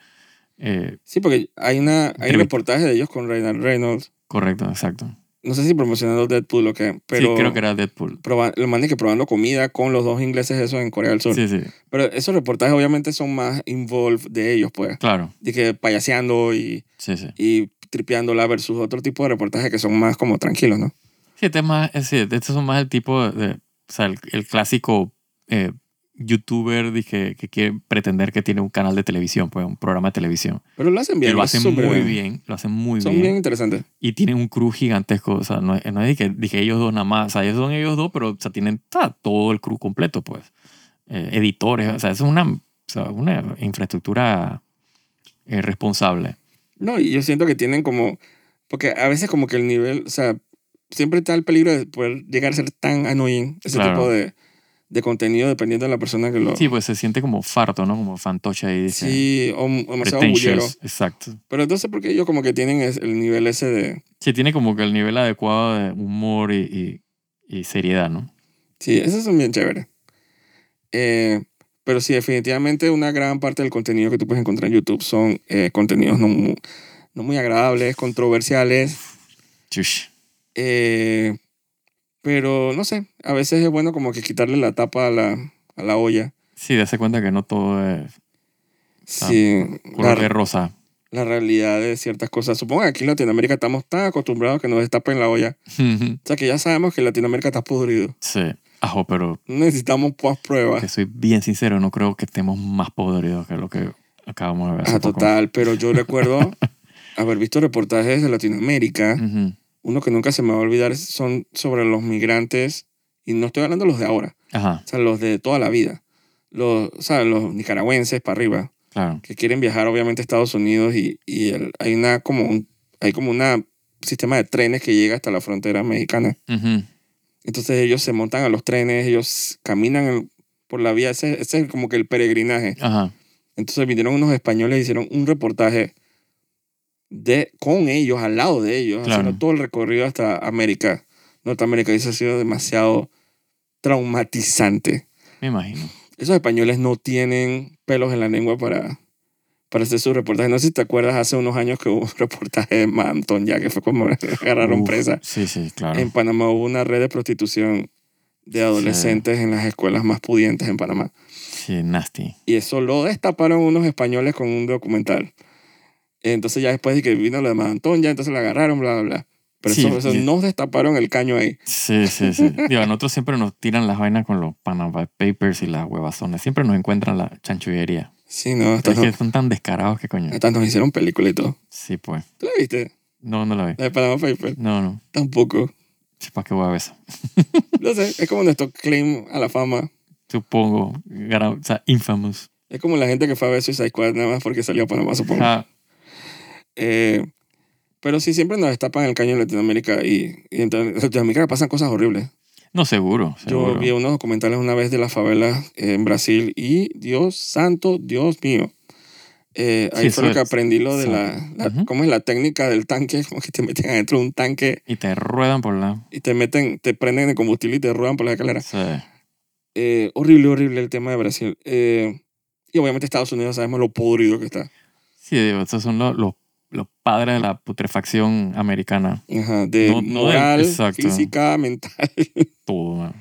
S2: Eh,
S1: Sí, porque hay, una, hay un
S2: Entrevista.
S1: reportaje de ellos con Ryan Reynolds.
S2: correcto, exacto.
S1: No sé si promocionando Deadpool o qué, pero
S2: sí, creo que era Deadpool.
S1: proba- lo mandan que probando comida con los dos ingleses esos en Corea del Sur.
S2: Sí, sí,
S1: Pero esos reportajes obviamente son más involved de ellos, pues.
S2: claro.
S1: De que payaseando y,
S2: Sí, sí.
S1: y tripeándola versus otro tipo de reportajes que son más como tranquilos, ¿no?
S2: Sí, este es más, es decir, estos son más el tipo de, o sea, el, el clásico eh, youtuber dije, que quiere pretender que tiene un canal de televisión, pues un programa de televisión.
S1: Pero lo hacen bien.
S2: que lo hacen
S1: súper
S2: muy bien. lo hacen muy
S1: Son
S2: bien.
S1: bien, interesantes.
S2: Y tienen un crew gigantesco, o sea, no, es- no es de que dije ellos dos nada más, o sea, ellos son ellos dos, pero o sea, tienen ta, todo el crew completo, pues. Eh, editores, o sea, es una, o sea, una infraestructura eh, responsable.
S1: No, y yo siento que tienen como... Porque a veces como que el nivel, o sea, siempre está el peligro de poder llegar a ser tan annoying ese
S2: Claro.
S1: tipo de, de contenido dependiendo de la persona que lo...
S2: Sí, pues se siente como farto, ¿no? Como fantoche ahí. dije,
S1: Sí, o m- demasiado bullero.
S2: pretentious. Exacto.
S1: Pero entonces, porque ellos como que tienen es- el nivel ese de...
S2: Sí, tiene como que el nivel adecuado de humor y, y- y seriedad, ¿no?
S1: Sí, esos son bien chéveres. Eh, pero sí, definitivamente una gran parte del contenido que tú puedes encontrar en YouTube son eh, contenidos no, mu- no muy agradables, controversiales.
S2: Chush.
S1: eh, pero no sé, a veces es bueno como que quitarle la tapa a la, a la olla.
S2: Sí, darse cuenta que no todo es Ah,
S1: Sí,
S2: color de
S1: la,
S2: rosa.
S1: la realidad de ciertas cosas. Supongo que aquí en Latinoamérica estamos tan acostumbrados que nos destapen la olla.
S2: sí.
S1: O sea que ya sabemos que Latinoamérica está podrido.
S2: Ajo, pero
S1: Necesitamos más pruebas.
S2: que soy bien sincero, no creo que estemos más podridos que lo que acabamos de ver. hace
S1: Ah,
S2: poco.
S1: total, pero yo recuerdo haber visto reportajes de Latinoamérica.
S2: Ujú.
S1: Uno que nunca se me va a olvidar son sobre los migrantes, y no estoy hablando de los de ahora,
S2: Ajá,
S1: o sea, los de toda la vida. Los, o sea, los nicaragüenses para arriba,
S2: claro.
S1: que quieren viajar obviamente a Estados Unidos y, y el- hay una como un hay como una sistema de trenes que llega hasta la frontera mexicana.
S2: Ujú.
S1: Entonces ellos se montan a los trenes, ellos caminan el- por la vía, ese, ese es como que el peregrinaje.
S2: Ajá,
S1: Entonces vinieron unos españoles y hicieron un reportaje de, con ellos, al lado de ellos,
S2: Claro.
S1: haciendo todo el recorrido hasta América, Norteamérica. Y eso ha sido demasiado traumatizante.
S2: me imagino.
S1: Esos españoles no tienen pelos en la lengua para, para hacer sus reportajes. No sé si te acuerdas hace unos años que hubo un reportaje de Madame Tonya, que fue como agarraron
S2: Uf,
S1: presa. Em.
S2: Sí, sí, claro.
S1: En Panamá hubo una red de prostitución de adolescentes en las escuelas más pudientes en Panamá.
S2: Sí, nasty.
S1: Y eso lo destaparon unos españoles con un documental. Entonces ya después de que vino lo de Madantón, ya entonces la agarraron, bla, bla, bla. Pero
S2: Sí,
S1: eso, eso
S2: y-
S1: no destaparon el caño ahí.
S2: Sí, sí, sí. Digo, a nosotros siempre nos tiran las vainas con los Panama Papers y las huevazones. Siempre nos encuentran la chanchullería.
S1: Sí, no, hasta,
S2: Pero es
S1: no-
S2: que son tan descarados que coño.
S1: hasta nos hicieron película y todo.
S2: Sí, pues.
S1: ¿Tú la viste?
S2: No, no la vi.
S1: La de Panama Paper.
S2: No, no.
S1: Tampoco.
S2: Sepa qué hueva eso.
S1: No sé, es como nuestro claim a la fama.
S2: Supongo. Gara- O sea, infamous.
S1: Es como la gente que fue a ver Suicide Squad nada más porque salió a Panamá, supongo.
S2: Ah,
S1: Eh, pero sí, siempre nos destapan el caño en Latinoamérica y, y en Latinoamérica pasan cosas horribles.
S2: no, seguro.
S1: Yo
S2: seguro.
S1: vi unos documentales una vez de las favelas eh, en Brasil y Dios santo, Dios mío. Eh, ahí
S2: Sí,
S1: fue lo
S2: eso
S1: que
S2: es-
S1: aprendí lo de la,
S2: Exacto.
S1: la-
S2: Ujú.
S1: ¿Cómo es la técnica del tanque? Como que te meten adentro de un tanque
S2: Y te ruedan por la.
S1: y te meten, te prenden de combustible y te ruedan por las escaleras.
S2: Sí.
S1: Eh, horrible, horrible el tema de Brasil. Eh, y obviamente Estados Unidos sabemos lo podrido que está.
S2: Sí, digo, esos son los, los, los padres de la putrefacción americana.
S1: Ajá, de
S2: No- no del-
S1: moral,
S2: exacto.
S1: física, mental.
S2: Todo, man.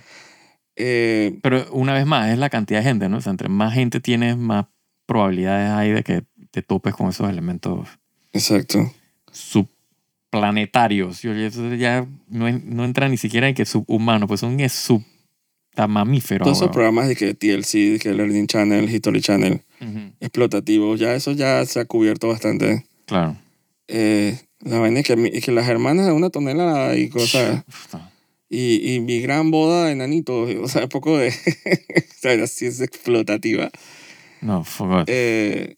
S1: Eh,
S2: Pero una vez más, es la cantidad de gente, ¿no? O sea, entre más gente tienes, más probabilidades hay de que te topes con esos elementos
S1: exacto.
S2: Ah, subplanetarios. Yo, ya- eso ya no, en- no entra ni siquiera en que subhumano, pues son es sub ta- mamífero.
S1: Todos esos
S2: weón.
S1: programas de que TLC, de que Learning Channel, History Channel,
S2: Ujú,
S1: explotativos, ya eso ya se ha cubierto bastante.
S2: Claro.
S1: Eh, la vaina es que, mi- que las hermanas de una tonelada y cosas.
S2: Uf, no.
S1: Y, y mi gran boda de enanitos, o sea, poco de. o sea, así es explotativa.
S2: No, forgot.
S1: Eh,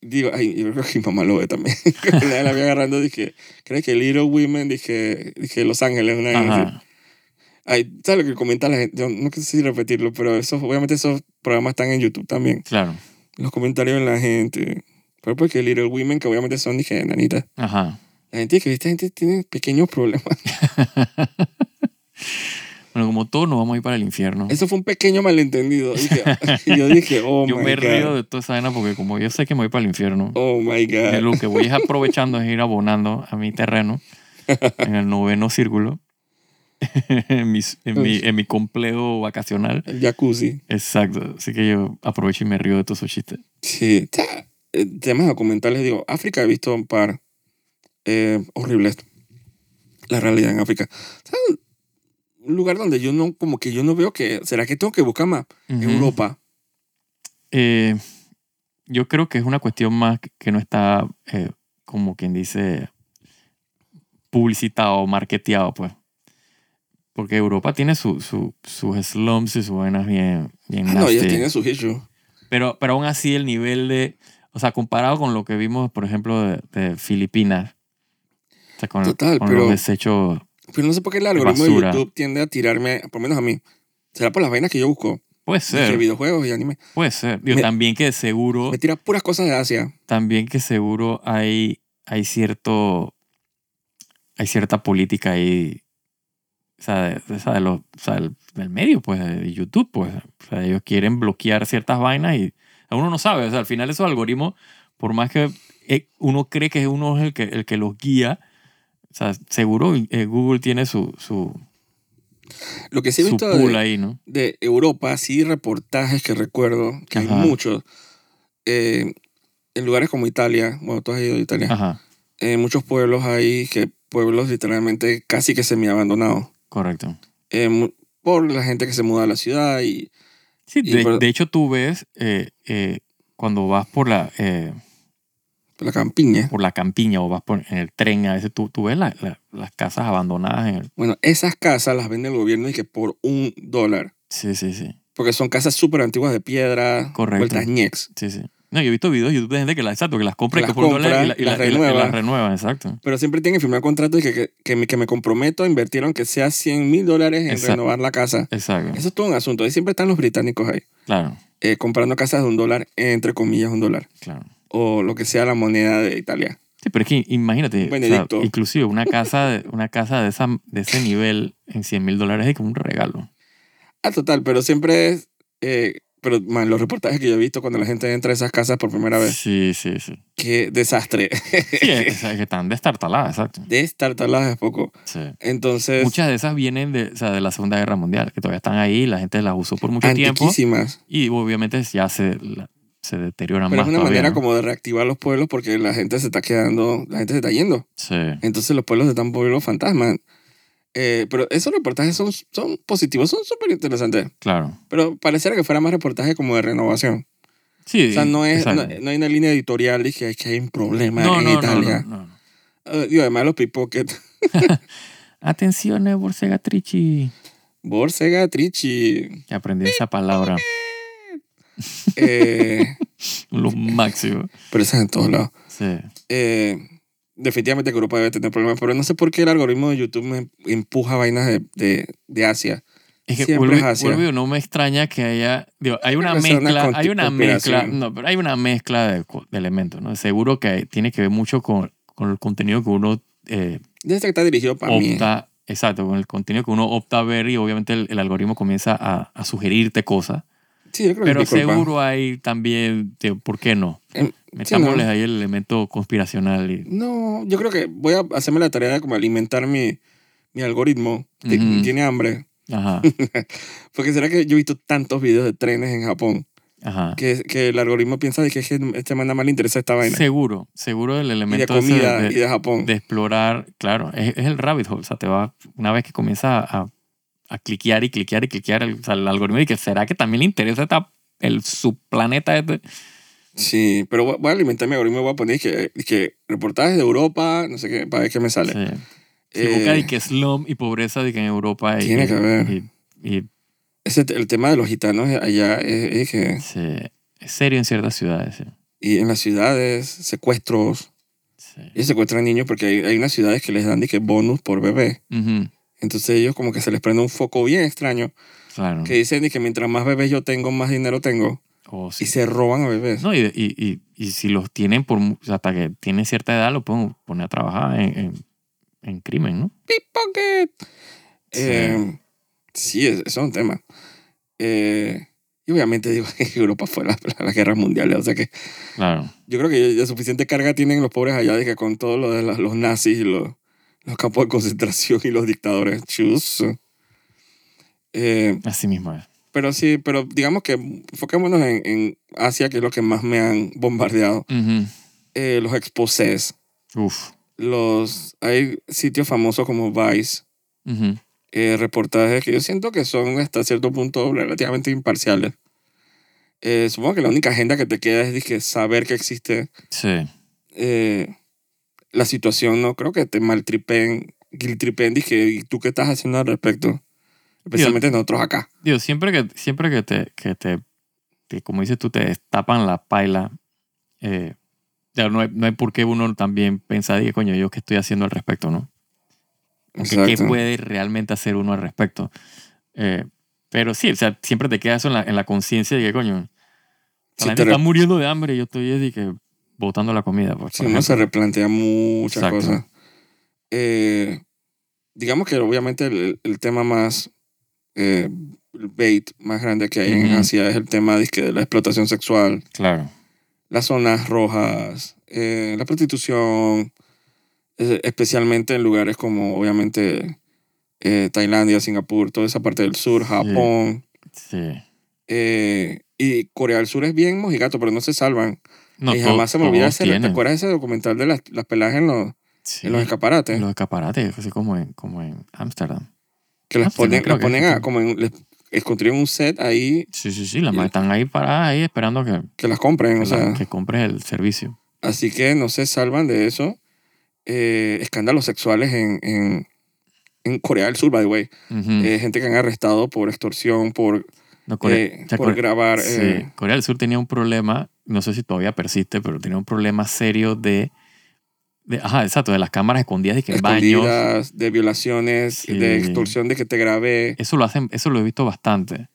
S1: digo, ay, yo creo que mi mamá lo ve también. Creo que la vi agarrando, dije, ¿crees que Little Women? Dije, dije Los Ángeles, una vaina así.
S2: Ajá.
S1: Ay, ¿sabes lo que comenta la gente? Yo no sé si repetirlo, pero esos, obviamente esos programas están en YouTube también.
S2: Claro.
S1: Los comentarios de la gente. Pero porque Little Women, que obviamente son, dije, enanitas.
S2: Ajá.
S1: La gente que esta gente tiene pequeños problemas.
S2: Bueno, como todos nos vamos a ir para el infierno.
S1: Eso fue un pequeño malentendido. Dije- y yo dije, oh
S2: yo
S1: my
S2: me
S1: God.
S2: río de toda esa vaina porque como yo sé que me voy para el infierno,
S1: Oh my
S2: Yo
S1: God.
S2: lo que voy es aprovechando es ir abonando a mi terreno en el noveno círculo, en, mis- en mi, en mi complejo vacacional.
S1: El jacuzzi.
S2: Exacto. Así que yo aprovecho y me río de todos esos chistes.
S1: Sí. O sea, eh, temas documentales, digo, África he visto un par eh, horribles. La realidad en África. O sea, un lugar donde yo no, como que yo no veo que, ¿será que tengo que buscar más?
S2: Ujú.
S1: Europa.
S2: Eh, yo creo que es una cuestión más que no está, eh, como quien dice, publicitado, marketeado, pues. Porque Europa tiene su- su- sus slums y sus vainas bien, bien
S1: Ah, no, ellos
S2: nasty.
S1: tienen sus issues.
S2: Pero, pero aún así el nivel de, o sea, comparado con lo que vimos, por ejemplo, de, de Filipinas, o sea, con,
S1: Total,
S2: con
S1: pero-
S2: los desechos,
S1: Pero no sé por qué el algoritmo
S2: Basura.
S1: de YouTube tiende a tirarme, por lo menos a mí. Será por las vainas que yo busco.
S2: puede
S1: Dije,
S2: ser,
S1: videojuegos y anime.
S2: puede ser. Digo,
S1: Me-
S2: también que seguro,
S1: Me tira puras cosas de Asia.
S2: también que seguro hay, hay cierto, hay cierta política ahí, o sea, de, de- o sea, de los, o sea, del, del medio, pues, de YouTube, pues, o sea, ellos quieren bloquear ciertas vainas y uno no sabe, o sea, al final esos algoritmos, por más que eh, uno cree que uno es el que, el que los guía, o sea, seguro eh, Google tiene su, su,
S1: Lo que sí he
S2: su
S1: visto
S2: pool
S1: de,
S2: ahí, ¿no?
S1: de Europa, sí reportajes que recuerdo, que
S2: Ajá.
S1: hay muchos, eh, en lugares como Italia, bueno, tú has ido a Italia,
S2: Ajá,
S1: en muchos pueblos hay que pueblos literalmente casi que semi-abandonados.
S2: correcto.
S1: Eh, mu- por la gente que se muda a la ciudad y
S2: Sí,
S1: Y
S2: de,
S1: por-
S2: de hecho tú ves eh, eh, cuando vas por la, eh,
S1: por la campiña.
S2: por la campiña o vas por, en el tren, a veces tú, tú ves la- la- las casas abandonadas. En el,
S1: Bueno, esas casas las vende el gobierno y que por un dólar.
S2: sí, sí, sí,
S1: Porque son casas súper antiguas de piedra,
S2: Correcto.
S1: vueltas ñex.
S2: sí, sí. No, yo he visto videos de YouTube de gente que las, exacto, que las compra y
S1: Las
S2: que por un
S1: compra,
S2: dólar y, la- y
S1: las
S2: la- y la- y
S1: renueva.
S2: las renueva, exacto.
S1: Pero siempre tienen que firmar contrato y que, que, que me, que me comprometo a invertir aunque sea 100 mil dólares en
S2: Exacto.
S1: renovar la casa.
S2: Exacto,
S1: Eso es todo un asunto. Ahí siempre están los británicos ahí,
S2: claro,
S1: eh, comprando casas de un dólar, entre comillas, un dólar.
S2: claro.
S1: O lo que sea la moneda de Italia.
S2: Sí, pero es que imagínate, o sea,
S1: Benedicto.
S2: inclusive una casa, de, una casa de, esa, de ese nivel en 100 mil dólares es como un regalo.
S1: Ah, total, pero siempre es... eh, pero, man, los reportajes que yo he visto cuando la gente entra a esas casas por primera vez,
S2: Sí, sí, sí.
S1: qué desastre.
S2: Sí, es- o sea, que están destartaladas, exacto.
S1: Destartaladas es poco.
S2: Sí.
S1: Entonces,
S2: Muchas de esas vienen de, o sea, de la Segunda Guerra Mundial, que todavía están ahí, la gente las usó por mucho tiempo
S1: antiquísimas.
S2: y obviamente ya se, la- se deterioran
S1: Pero es
S2: más.
S1: una
S2: todavía,
S1: manera
S2: ¿no?
S1: como de reactivar los pueblos porque la gente se está quedando, la gente se está yendo.
S2: Sí,
S1: Entonces los pueblos están pueblos fantasmas. Eh, pero esos reportajes son, son positivos, son súper interesantes.
S2: claro.
S1: Pero pareciera que fuera más reportaje como de renovación.
S2: Sí,
S1: O sea, no, es, no,
S2: exacto.
S1: no hay una línea editorial de que, que hay un problema
S2: no,
S1: en
S2: no, no,
S1: Italia.
S2: no, no, no.
S1: Eh, digo, además los pickpockets.
S2: Atención, eh, Borsegatrici.
S1: Borsega, Trichi.
S2: Que aprendí esa palabra,
S1: Eh,
S2: lo máximo.
S1: pero eso es en todos lados.
S2: Sí,
S1: Eh, definitivamente que Europa debe tener problemas. Pero no sé por qué el algoritmo de YouTube me empuja vainas de, de, de Asia.
S2: Es que
S1: Siempre es
S2: vuelve-
S1: Asia.
S2: vuelve, no me extraña que haya, digo, hay una
S1: Creo que es una
S2: mezcla,
S1: conti-
S2: hay una
S1: conspiración.
S2: mezcla, no, pero hay una mezcla de, co- de elementos, ¿no? Seguro que hay- tiene que ver mucho con, con el contenido que uno eh,
S1: Desde este que está dirigido para mí.
S2: opta, exacto, con el contenido que uno opta a ver y obviamente el, el algoritmo comienza a, a sugerirte cosas,
S1: Sí, yo creo que
S2: pero
S1: es mi culpa.
S2: seguro hay también, de, ¿por qué no?
S1: Em,
S2: Metámosles
S1: ¿no?
S2: ahí el elemento conspiracional y
S1: No, yo creo que voy a hacerme la tarea de como alimentar mi, mi algoritmo que
S2: Ujú.
S1: tiene hambre.
S2: ajá,
S1: Porque será que yo he visto tantos videos de trenes en Japón
S2: ajá.
S1: que, que el algoritmo piensa de que es que este man nada más le interesa esta vaina.
S2: Seguro, seguro el
S1: y de
S2: elemento ese
S1: comida
S2: de-
S1: y de Japón.
S2: de explorar, claro, es, es el rabbit hole, o sea, te va, una vez que comienza a, a cliquear y cliquear y cliquear, el, o sea, el algoritmo y que será que también le interesa esta, el subplaneta este?
S1: Sí, pero voy voy a alimentar mi algoritmo voy a poner que, que reportajes de Europa, no sé qué, para ver qué me sale.
S2: Sí. Sí,
S1: Eh,
S2: busca de que slum y pobreza de que en Europa y,
S1: Tiene que haber.
S2: y- y-
S1: ese, el tema de los gitanos allá es, es que...
S2: sí, es serio en ciertas ciudades. sí.
S1: Y en las ciudades, secuestros.
S2: Sí.
S1: Ellos secuestran niños porque hay, hay unas ciudades que les dan de que bonus por bebé.
S2: Ujú,
S1: Entonces ellos como que se les prende un foco bien extraño
S2: claro.
S1: que dicen de que mientras más bebés yo tengo, más dinero tengo.
S2: O
S1: Y
S2: si,
S1: se roban a bebés.
S2: no, y, y- y- y si los tienen por mu- o sea, hasta que tienen cierta edad, lo pueden poner a trabajar en, en- en crimen, ¿no?
S1: Pickpocket.
S2: Sí.
S1: Eh, sí, es- eso es un tema. Eh, y obviamente digo que Europa fue la, la, guerra mundial. O sea que
S2: Claro.
S1: yo creo que ya suficiente carga tienen los pobres allá de que con todo lo de las- los nazis y los, los campos de concentración y los dictadores. Chus. Eh,
S2: Así mismo es.
S1: pero sí, pero digamos que enfoquémonos en, en Asia, que es lo que más me han bombardeado.
S2: Ujú.
S1: Eh, los exposés.
S2: Uf.
S1: los hay sitios famosos como Vice,
S2: Ujú.
S1: eh, reportajes que yo siento que son hasta cierto punto relativamente imparciales. Eh, supongo que la única agenda que te queda es dizque, saber que existe
S2: Sí,
S1: eh, la situación, no creo que te maltripen, guiltripen, dije, ¿y tú qué estás haciendo al respecto? Especialmente nosotros acá.
S2: digo, siempre que, siempre que, te, que te, te- como dices tú, te destapan la paila, eh, ya no hay, no hay por qué uno también pensar, dije, coño, yo qué estoy haciendo al respecto, ¿no? Porque qué
S1: Exacto.
S2: puede realmente hacer uno al respecto. Eh, pero sí, o sea, siempre te queda eso en la, en la conciencia de que, coño,
S1: Si
S2: la
S1: te
S2: gente
S1: re-
S2: está muriendo de hambre y yo estoy así que botando la comida. Por,
S1: si
S2: por
S1: uno se
S2: ejemplo.
S1: replantea muchas
S2: Exacto.
S1: cosas. Eh, digamos que obviamente el, el tema más eh, el bait más grande que hay en
S2: Ujú.
S1: Asia es el tema dizque, de la explotación sexual,
S2: Claro.
S1: las zonas rojas, eh, la prostitución, eh, especialmente en lugares como obviamente eh, Tailandia, Singapur, toda esa parte del sur, Japón.
S2: Sí.
S1: eh, y Corea del Sur es bien mojigato, pero no se salvan.
S2: No,
S1: y
S2: to-
S1: jamás se me olvida
S2: todos
S1: ese, ¿te
S2: tienen.
S1: acuerdas de ese documental de las, las pelajes en los,
S2: Sí.
S1: en los escaparates?
S2: Los escaparates, así como en, como en Ámsterdam.
S1: Que las
S2: Ah, pues, no
S1: ponen,
S2: creo
S1: las
S2: que-
S1: ponen a, como en, les, les construyen un set ahí
S2: Sí, sí, sí. Las
S1: Y-
S2: más están ahí paradas, ahí esperando que,
S1: que las compren.
S2: que,
S1: O sea,
S2: la- que compres el servicio.
S1: Así que no se salvan de eso. Eh, escándalos sexuales en, en, en Corea del Sur, by the way.
S2: Ujú.
S1: Eh, gente que han arrestado por extorsión, por,
S2: No, Corea-
S1: eh,
S2: o sea,
S1: por
S2: Corea-
S1: grabar.
S2: sí,
S1: eh,
S2: Corea del Sur tenía un problema, no sé si todavía persiste, pero tenía un problema serio de. de- ajá, exacto, de las cámaras escondidas y que en baños.
S1: escondidas, de violaciones,
S2: Sí.
S1: de extorsión, de que te grabé.
S2: Eso lo hacen, eso lo he visto bastante.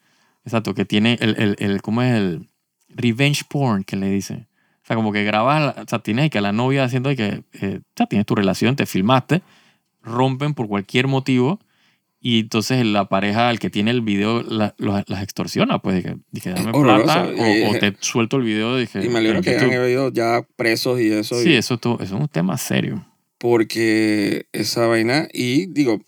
S2: Exacto, que tiene el, el, el- ¿cómo es el revenge porn que le dicen? O sea, como que grabas, a la- o sea, tienes que a la novia haciendo de que, eh, o sea, tienes tu relación, te filmaste, rompen por cualquier motivo y entonces la pareja, el que tiene el video, la- los- las extorsiona, pues, de que, de que dame
S1: Horroroso,
S2: plata
S1: eh,
S2: o, o te suelto el video. de que-
S1: Y me alegro
S2: Eh, en
S1: que hayan
S2: YouTube.
S1: habido ya presos y eso.
S2: Sí,
S1: y-
S2: eso, es todo- eso es un tema serio.
S1: porque esa vaina. Y digo,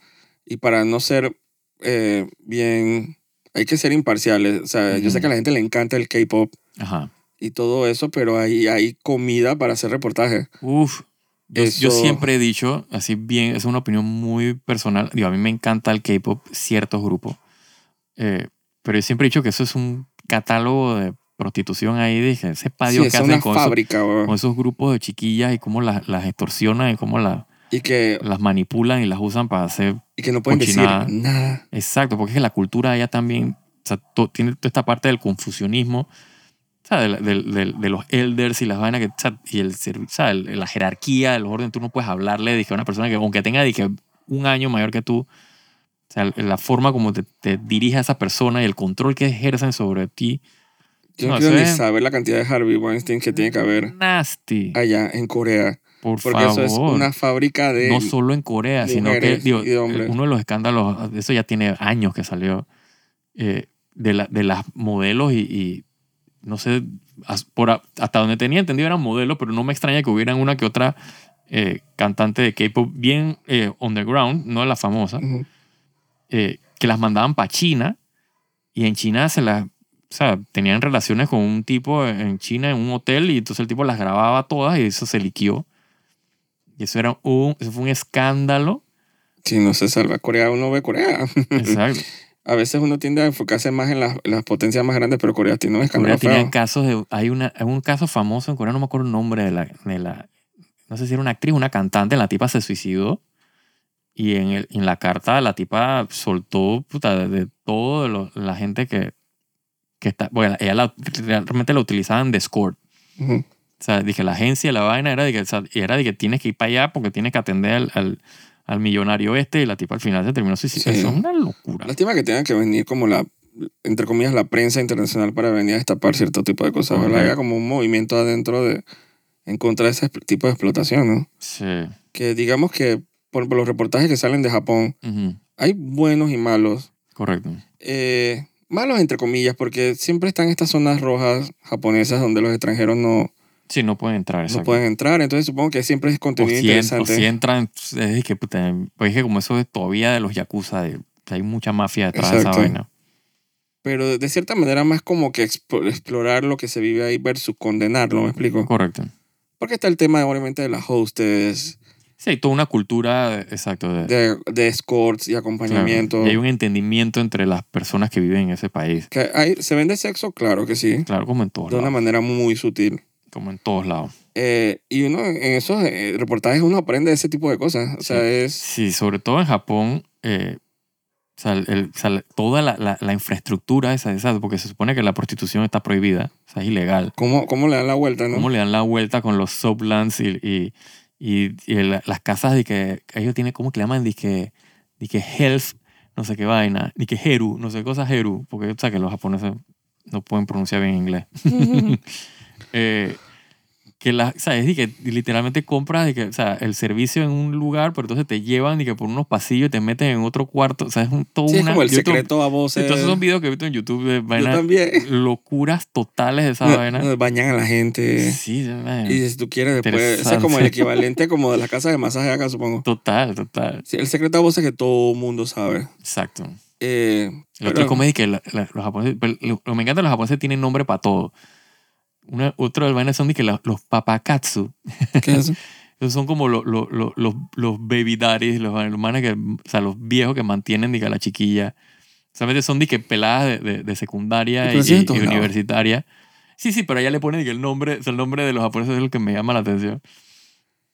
S1: y para no ser eh, bien. Hay que ser imparciales. O sea, yo sé
S2: Ujú.
S1: que a la gente le encanta el K-pop.
S2: Ajá.
S1: y todo eso, pero hay, hay comida para hacer reportajes.
S2: Uf, yo, yo
S1: Eso-
S2: siempre he dicho, así bien, es una opinión muy personal. Digo, a mí me encanta el K-pop, ciertos grupos. Eh, pero yo siempre he dicho que eso es un catálogo de prostitución ahí. Dije, sepa
S1: Sí,
S2: Dios
S1: es
S2: qué
S1: una
S2: hacen con esos,
S1: fábrica, weón.
S2: con esos grupos de chiquillas y cómo las, las extorsionan y cómo la-
S1: Y que,
S2: las manipulan y las usan para hacer.
S1: y que no pueden
S2: Cochinada.
S1: decir nada.
S2: Exacto, porque es que la cultura allá también o sea, to- tiene toda esta parte del confucionismo. o sea, De, la- del- del- de los elders y las vainas que, o sea, y el, ser- o sea, el- la jerarquía, el orden, tú no puedes hablarle dije, a una persona que, aunque tenga dije, un año mayor que tú, o sea, la forma como te, te dirige a esa persona y el control que ejercen sobre ti.
S1: Yo no,
S2: No,
S1: quiero
S2: eso
S1: ni
S2: es-
S1: saber la cantidad de Harvey Weinstein que tiene que haber
S2: Nasty,
S1: allá en Corea.
S2: por
S1: Porque eso
S2: favor.
S1: es una fábrica de...
S2: no solo en Corea, sino que
S1: mujeres
S2: digo,
S1: y de hombres.
S2: uno de los escándalos, eso ya tiene años que salió, eh, de, la- de las modelos y, y no sé, as- por a- hasta donde tenía entendido eran modelos, pero no me extraña que hubieran una que otra eh, cantante de K-pop bien eh, underground, no la famosa,
S1: Ujú.
S2: eh, que las mandaban para China y en China se las... O sea, tenían relaciones con un tipo en China en un hotel y entonces el tipo las grababa todas y eso se liquió. Y eso era un, eso fue un escándalo.
S1: Sí, no se salva. Corea, uno ve Corea.
S2: Exacto.
S1: A veces uno tiende a enfocarse más en las, las potencias más grandes, pero Corea tiene un
S2: Corea
S1: escándalo
S2: tenía
S1: feo.
S2: casos de. Hay, una, hay un caso famoso en Corea, no me acuerdo el nombre de la, de la. No sé si era una actriz, una cantante, la tipa se suicidó. Y en, el, en la carta la tipa soltó puta, de, de todo lo- la gente que, que está. Bueno, ella la- realmente la utilizaban de escort.
S1: Ujú.
S2: O sea, dije, la agencia, la vaina era de que, o sea, era de que tienes que ir para allá porque tienes que atender al, al, al millonario este y la tipa al final se terminó suicidando.
S1: Sí.
S2: Eso es una locura.
S1: Lástima que tengan que venir como la, entre comillas, la prensa internacional para venir a destapar cierto tipo de cosas. Ojalá
S2: Correcto.
S1: haya como un movimiento adentro de, en contra de ese expl- tipo de explotación, ¿no?
S2: Sí.
S1: Que digamos que, por, por los reportajes que salen de Japón,
S2: Ujú.
S1: hay buenos y malos.
S2: Correcto.
S1: Eh, malos entre comillas, porque siempre están estas zonas rojas japonesas donde los extranjeros no,
S2: Sí, no pueden entrar.
S1: no
S2: exacto.
S1: pueden entrar. Entonces supongo que siempre es
S2: O
S1: contenido
S2: si, en- o
S1: interesante.
S2: si entran, es que, puta, pues es que como eso es todavía de los yakuza, de- que hay mucha mafia detrás de
S1: Exacto.
S2: esa vaina.
S1: Pero de- de cierta manera más como que expo- explorar lo que se vive ahí versus condenarlo, ¿me explico?
S2: Correcto.
S1: Porque está el tema, obviamente, de las hostes,
S2: Sí, hay toda una cultura, exacto, de,
S1: de, de escorts y
S2: claro,
S1: acompañamiento.
S2: y hay un entendimiento entre las personas que viven en ese país.
S1: Que hay- ¿Se vende sexo? Claro que sí.
S2: Claro, como en todos
S1: De una
S2: lados.
S1: manera muy sutil.
S2: Como en todos lados.
S1: Eh, y uno en esos eh, reportajes uno aprende ese tipo de cosas. O sea, es...
S2: Sí, sobre todo en Japón, eh, o sea, el- el- o sea, la- toda la, la- la infraestructura esa, esa, porque se supone que la prostitución está prohibida, o sea, es ilegal.
S1: ¿Cómo, cómo le dan la vuelta, no?
S2: cómo le dan la vuelta con los sublands y, y, y- y el- las casas de que ellos tienen, ¿cómo que le llaman? Dice que health, no sé qué vaina, ni que heru, no sé qué cosa heru, porque o sea, que los japoneses no pueden pronunciar bien inglés. Eh, que la, ¿sabes? Y que literalmente compras y que, o sea, el servicio en un lugar, pero entonces te llevan y que por unos pasillos y te meten en otro cuarto. O sea, es un, todo
S1: Sí, es
S2: una-
S1: como el
S2: yo to-
S1: secreto a voces.
S2: Entonces son videos que he visto en YouTube de
S1: Yo
S2: vainas,
S1: también.
S2: locuras totales de esa vaina.
S1: No, Bañan a la gente.
S2: Sí, ya, man.
S1: Y si tú quieres después... Ese es
S2: Interesante.
S1: como el equivalente como de las casas de masaje acá, supongo.
S2: Total, total.
S1: Sí, el secreto a voces que todo mundo sabe.
S2: Exacto.
S1: Eh,
S2: El otro
S1: pero-
S2: comedy que la- la- los japoneses, pero lo, lo- me encanta, los japoneses tienen nombre para todo. Una, otro del vaina son de que la- los papakatsu.
S1: ¿qué es eso?
S2: Entonces son como lo- lo- lo- los, los baby daddies, los, los manes que, o sea, los viejos que mantienen, diga, la chiquilla. Solamente son, dique, peladas de, de- de secundaria y,
S1: Pero así es en
S2: y
S1: todos lados.
S2: universitaria. Sí, sí, pero ella le pone, dique, el nombre, o sea, el nombre de los japoneses es lo que me llama la atención.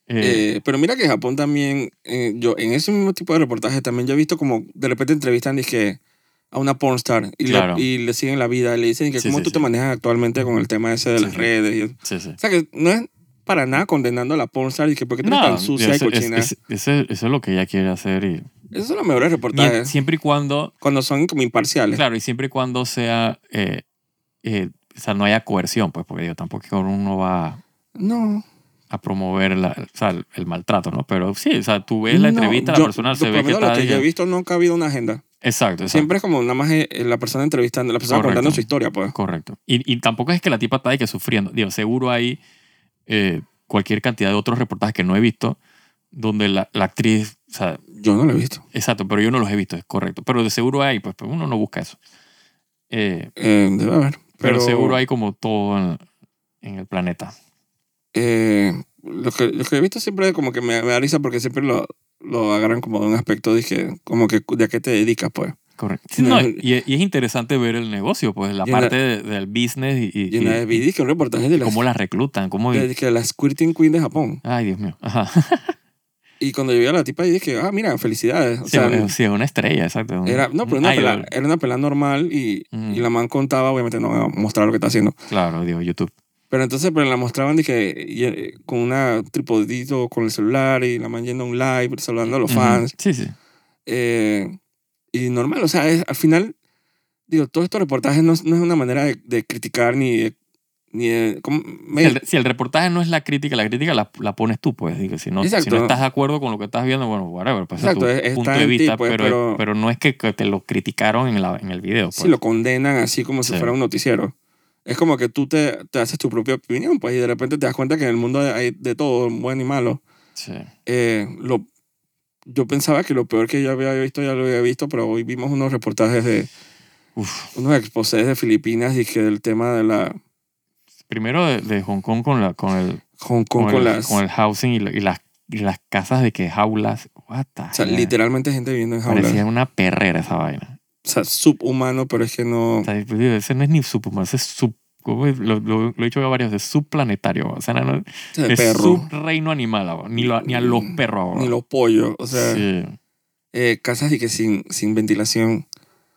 S2: Eh,
S1: Eh, pero mira que Japón también, eh, yo en ese mismo tipo de reportajes también yo he visto como de repente entrevistan dizque, a una pornstar y, le-
S2: Claro.
S1: y le siguen la vida y le dicen que
S2: Sí,
S1: cómo
S2: sí,
S1: tú
S2: sí.
S1: te manejas actualmente con el tema ese de
S2: Sí,
S1: las
S2: sí.
S1: redes. y- o
S2: sí, sí.
S1: sea que no es para nada condenando a la pornstar y que porque tú eres tan sucia y
S2: eso, es-
S1: cochina.
S2: es- eso es- eso es lo que ella quiere hacer. Y,
S1: Esos son los mejores
S2: Mien-
S1: reportajes
S2: siempre y cuando
S1: cuando son como imparciales.
S2: Claro, y siempre y cuando sea, eh, eh, o sea, no haya coerción, pues, porque yo tampoco es que uno va
S1: No.
S2: a promover la, o sea, el, el maltrato, ¿no? Pero sí, o sea, tú ves la
S1: no,
S2: entrevista,
S1: yo-
S2: la persona
S1: por
S2: se
S1: lo
S2: ve que
S1: menos
S2: está...
S1: lo que yo he
S2: diga-
S1: visto nunca ha habido una agenda.
S2: exacto, exacto.
S1: Siempre es como nada más eh, la persona entrevistando, la persona
S2: Correcto.
S1: contando su historia, pues.
S2: Correcto. Y, y tampoco es que la tipa está de que sufriendo. Digo, seguro hay eh, cualquier cantidad de otros reportajes que no he visto donde la, la actriz, o sea,
S1: Yo no lo he visto.
S2: exacto, pero yo no los he visto, es correcto. Pero de seguro hay, pues, pero uno no busca eso. Eh,
S1: Eh, debe haber.
S2: pero, seguro hay como todo en- en el planeta.
S1: eh, lo, que, lo que he visto siempre como que me, me da risa porque siempre lo, lo agarran como de un aspecto, dije, como que de a qué te dedicas, pues.
S2: Correcto.
S1: Sí,
S2: No,
S1: no,
S2: y, y es interesante ver el negocio, pues la
S1: Llena-
S2: parte de- del business y, y-
S1: Y una
S2: y-
S1: vez vi dije, un reportaje de
S2: y
S1: las,
S2: cómo la reclutan, cómo...
S1: de, que la Squirting Queen de Japón.
S2: Ay, Dios mío. Ajá.
S1: Y cuando yo vi a la tipa, yo dije, ah, mira, felicidades. O
S2: Sí,
S1: sea,
S2: es- sí, es una estrella, exacto. un-
S1: era, no, pero
S2: un
S1: una
S2: idol.
S1: pela, era una pelada normal y,
S2: Mm.
S1: y la man contaba, obviamente no voy a mostrar lo que está haciendo.
S2: Claro, digo, YouTube.
S1: Pero entonces, pero la mostraban dije, y, eh, con una tripodito con el celular y la man yendo a un live, saludando a los
S2: Ujú.
S1: fans.
S2: Sí, sí.
S1: Eh, y normal, o sea, es- al final, digo, todos estos reportajes no, es- no es una manera de, de criticar ni de... Ni de- ¿cómo?
S2: Si
S1: Me-
S2: el, si el reportaje no es la crítica, la crítica la, la pones tú, pues. digo, si, no, si
S1: Exacto.
S2: no estás de acuerdo con lo que estás viendo, bueno, whatever, pues
S1: Exacto,
S2: es
S1: es-
S2: tu
S1: está
S2: punto de
S1: en ti,
S2: vista,
S1: pues,
S2: pero,
S1: pero-
S2: pero no es que, que te lo criticaron en, la, en el video.
S1: si
S2: pues.
S1: lo condenan así como si
S2: Sí.
S1: fuera un noticiero. Es como que tú te, te haces tu propia opinión, pues, y de repente te das cuenta que en el mundo hay de todo, bueno y malo.
S2: Sí.
S1: Eh, lo, yo pensaba que lo peor que yo había visto ya lo había visto, pero hoy vimos unos reportajes de
S2: Uf.
S1: unos exposés de Filipinas y que del tema de la
S2: Primero de, de Hong Kong con, la, con el
S1: Hong Kong con,
S2: el,
S1: las...
S2: con el housing y, la- y las, y las casas de que jaulas. What the
S1: o sea,
S2: hell?
S1: literalmente gente viviendo en jaulas.
S2: Parecía una perrera esa vaina.
S1: o sea, subhumano, pero es que no...
S2: O sea, pues, digo, ese no es ni subhumano, ese es sub. como Lo, lo- lo he dicho ya varias veces, subplanetario. O sea, no, no,
S1: O sea,
S2: es
S1: perro, Mm,
S2: subreino animal, abogado, ni, lo- ni a los perros. abogado.
S1: ni los pollos. O sea,
S2: sí.
S1: eh, casas y que sin, sin ventilación,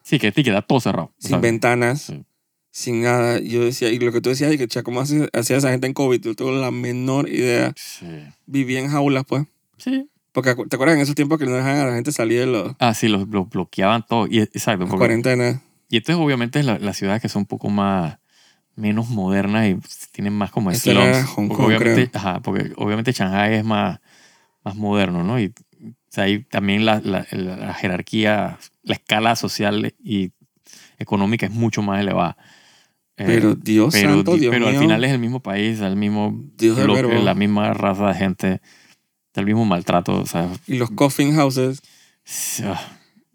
S2: sí, que te queda todo cerrado.
S1: sin
S2: ¿sabes?
S1: ventanas,
S2: Sí.
S1: sin nada. Y Yo decía, y lo que tú decías, y que cha, ¿cómo hace- hacía esa gente en COVID? Yo tengo la menor idea.
S2: Sí.
S1: Vivía en jaulas, pues.
S2: Sí.
S1: Porque acu- te acuerdas en esos tiempos que no dejaban a la gente salir de los,
S2: Ah, sí, los, los bloqueaban todo. Y, exacto.
S1: las
S2: porque-
S1: cuarentenas.
S2: y esto es obviamente la- las ciudades que son un poco más menos modernas y tienen más como
S1: Esta era
S2: slums.
S1: Hong
S2: porque,
S1: Kong,
S2: obviamente, ajá, porque obviamente Shanghai es más, más moderno, ¿no? Y o sea, ahí también la, la- la- la jerarquía, la escala social y económica es mucho más elevada. Eh,
S1: Pero Dios
S2: pero
S1: santo,
S2: di-
S1: Dios
S2: pero al
S1: mío,
S2: final es el mismo país, el mismo
S1: Dios del
S2: bloque,
S1: verbo.
S2: la misma raza de gente, el mismo maltrato, o sea,
S1: Y los coffin houses.
S2: s- ah,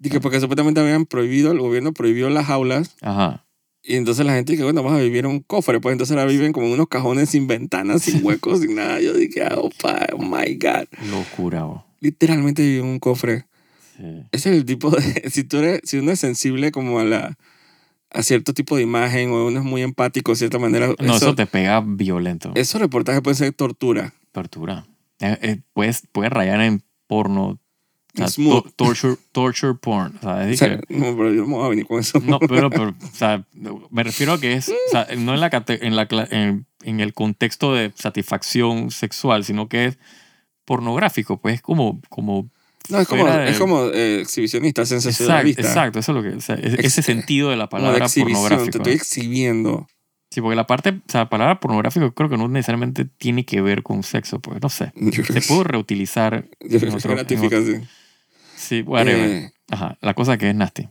S1: Y que porque supuestamente habían prohibido, el gobierno prohibió las jaulas.
S2: ajá.
S1: Y entonces la gente dice, bueno, vamos a vivir en un cofre. Pues entonces ahora viven como en unos cajones sin ventanas, sin huecos, sin nada. Yo dije, "Ah, opa, oh my God.
S2: Locura, bo.
S1: Literalmente viví en un cofre.
S2: Sí.
S1: Ese es el tipo de... Si, tú eres, si uno es sensible como a la a cierto tipo de imagen o uno es muy empático de cierta manera,
S2: No,
S1: eso-
S2: eso te pega violento.
S1: esos reportajes pueden ser tortura.
S2: Tortura. Eh, eh, puedes, puedes rayar en porno. O sea,
S1: Smooth.
S2: to- torture, torture porn. O sea, es
S1: O sea,
S2: que-
S1: no, pero yo no me voy a venir con eso.
S2: no, pero, pero, o sea, me refiero a que es, o sea, no en, la, cate- en, la, cla- en, en el contexto de satisfacción sexual, sino que es pornográfico, pues es como, como
S1: No, es como,
S2: fuera de-
S1: es como eh, exhibicionista,
S2: exacto,
S1: sensacionalista.
S2: exacto, eso es lo que, o sea, es-
S1: Ex-
S2: ese sentido de la
S1: Como de
S2: palabra
S1: exhibición, te
S2: pornográfico. ¿eh?
S1: estoy exhibiendo.
S2: Sí, porque la parte, o sea, la palabra pornográfico creo que no necesariamente tiene que ver con sexo, pues no sé.
S1: Yo creo
S2: Se
S1: que
S2: puede reutilizar,
S1: yo creo que es
S2: otro- en otro-
S1: gratificación.
S2: sí, whatever.
S1: Eh,
S2: Ajá, la cosa que es nasty.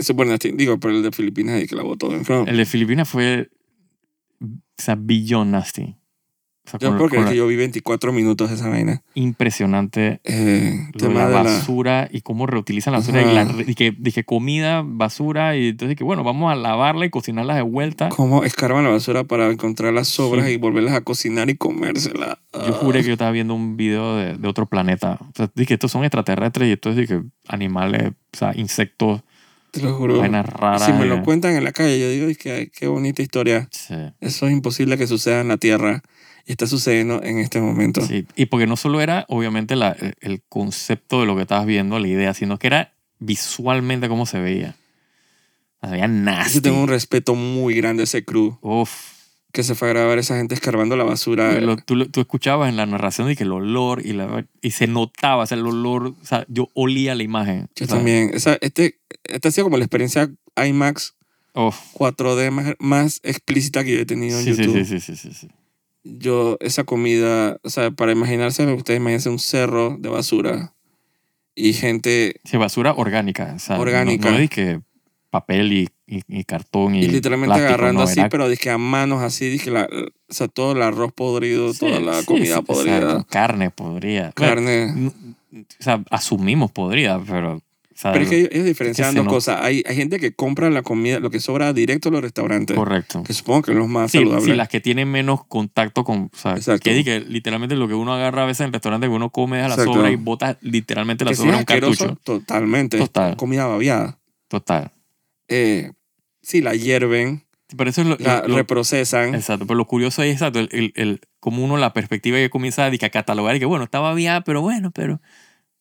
S1: Super nasty. Digo, pero el de Filipinas es el que la votó. ¿no?
S2: El de Filipinas fue, o sea, beyond nasty. O sea,
S1: Yo
S2: con-
S1: porque
S2: con la-
S1: que yo vi 24 minutos de esa vaina.
S2: impresionante
S1: Eh,
S2: lo de
S1: tema
S2: la
S1: de la-
S2: basura y cómo reutilizan la basura. Y, la,
S1: Ajá.
S2: re- y que, dije comida, basura. Y entonces que bueno, vamos a lavarla y cocinarla de vuelta.
S1: cómo escarban la basura para encontrar las sobras
S2: Sí.
S1: y volverlas a cocinar y comérselas.
S2: Yo juré que yo estaba viendo un video de, de otro planeta. O sea, dije, estos son extraterrestres y estos dije, animales, o sea, insectos,
S1: Ah, Te lo juro.
S2: vainas raras.
S1: si me
S2: eh.
S1: lo cuentan en la calle, yo digo, "Ay, qué, qué bonita historia.
S2: Sí,
S1: Eso es imposible que suceda en la Tierra y está sucediendo en este momento.
S2: sí. Y porque no solo era, obviamente, la- el- el concepto de lo que estabas viendo, la idea, sino que era visualmente cómo se veía. Se veía nasty.
S1: Yo tengo un respeto muy grande a ese crew
S2: Uf.
S1: que se fue a grabar esa gente escarbando la basura.
S2: Lo- tú, lo- tú escuchabas en la narración de que el olor y, la, y se notaba, o sea, el olor, o sea, yo olía la imagen.
S1: Yo
S2: o sea,
S1: también. Esa, este, esta ha sido como la experiencia IMAX
S2: uf.
S1: 4D más, más explícita que yo he tenido en
S2: Sí, sí,
S1: YouTube.
S2: sí, sí, sí, sí, sí.
S1: Yo, esa comida, o sea, para imaginarse, ustedes imagínense un cerro de basura y gente
S2: Sí, basura orgánica. O sea, no-
S1: Orgánica.
S2: No, es que papel y, y- y cartón y,
S1: y literalmente
S2: plástico,
S1: agarrando
S2: no,
S1: así,
S2: era-
S1: pero dije a manos así, dije la, o sea, todo el arroz podrido,
S2: Sí,
S1: toda la
S2: sí,
S1: comida
S2: sí,
S1: podrida,
S2: exacto, carne podría.
S1: carne.
S2: Bueno, n- o sea, asumimos podría, pero... o sea,
S1: Pero es que ellos, ellos diferencian
S2: se
S1: dos
S2: nota.
S1: cosas. Hay, hay gente que compra la comida, lo que sobra directo a los restaurantes,
S2: correcto.
S1: que supongo que es lo más
S2: Sí,
S1: saludable.
S2: sí, las que tienen menos contacto con... O sea,
S1: Exacto.
S2: que, di que literalmente lo que uno agarra a veces en el restaurante que uno come es la
S1: Exacto.
S2: sobra y bota literalmente la
S1: que si
S2: sobra
S1: es
S2: en un
S1: asqueroso,
S2: cartucho.
S1: totalmente.
S2: Total.
S1: Comida babiada.
S2: Total.
S1: Eh, sí, la hierven,
S2: Pero eso es lo...
S1: la
S2: lo- lo-
S1: reprocesan.
S2: exacto, pero lo curioso es exacto, el, el, el- como uno la perspectiva que comienza a, di que a catalogar y que bueno, estaba bien, pero bueno, pero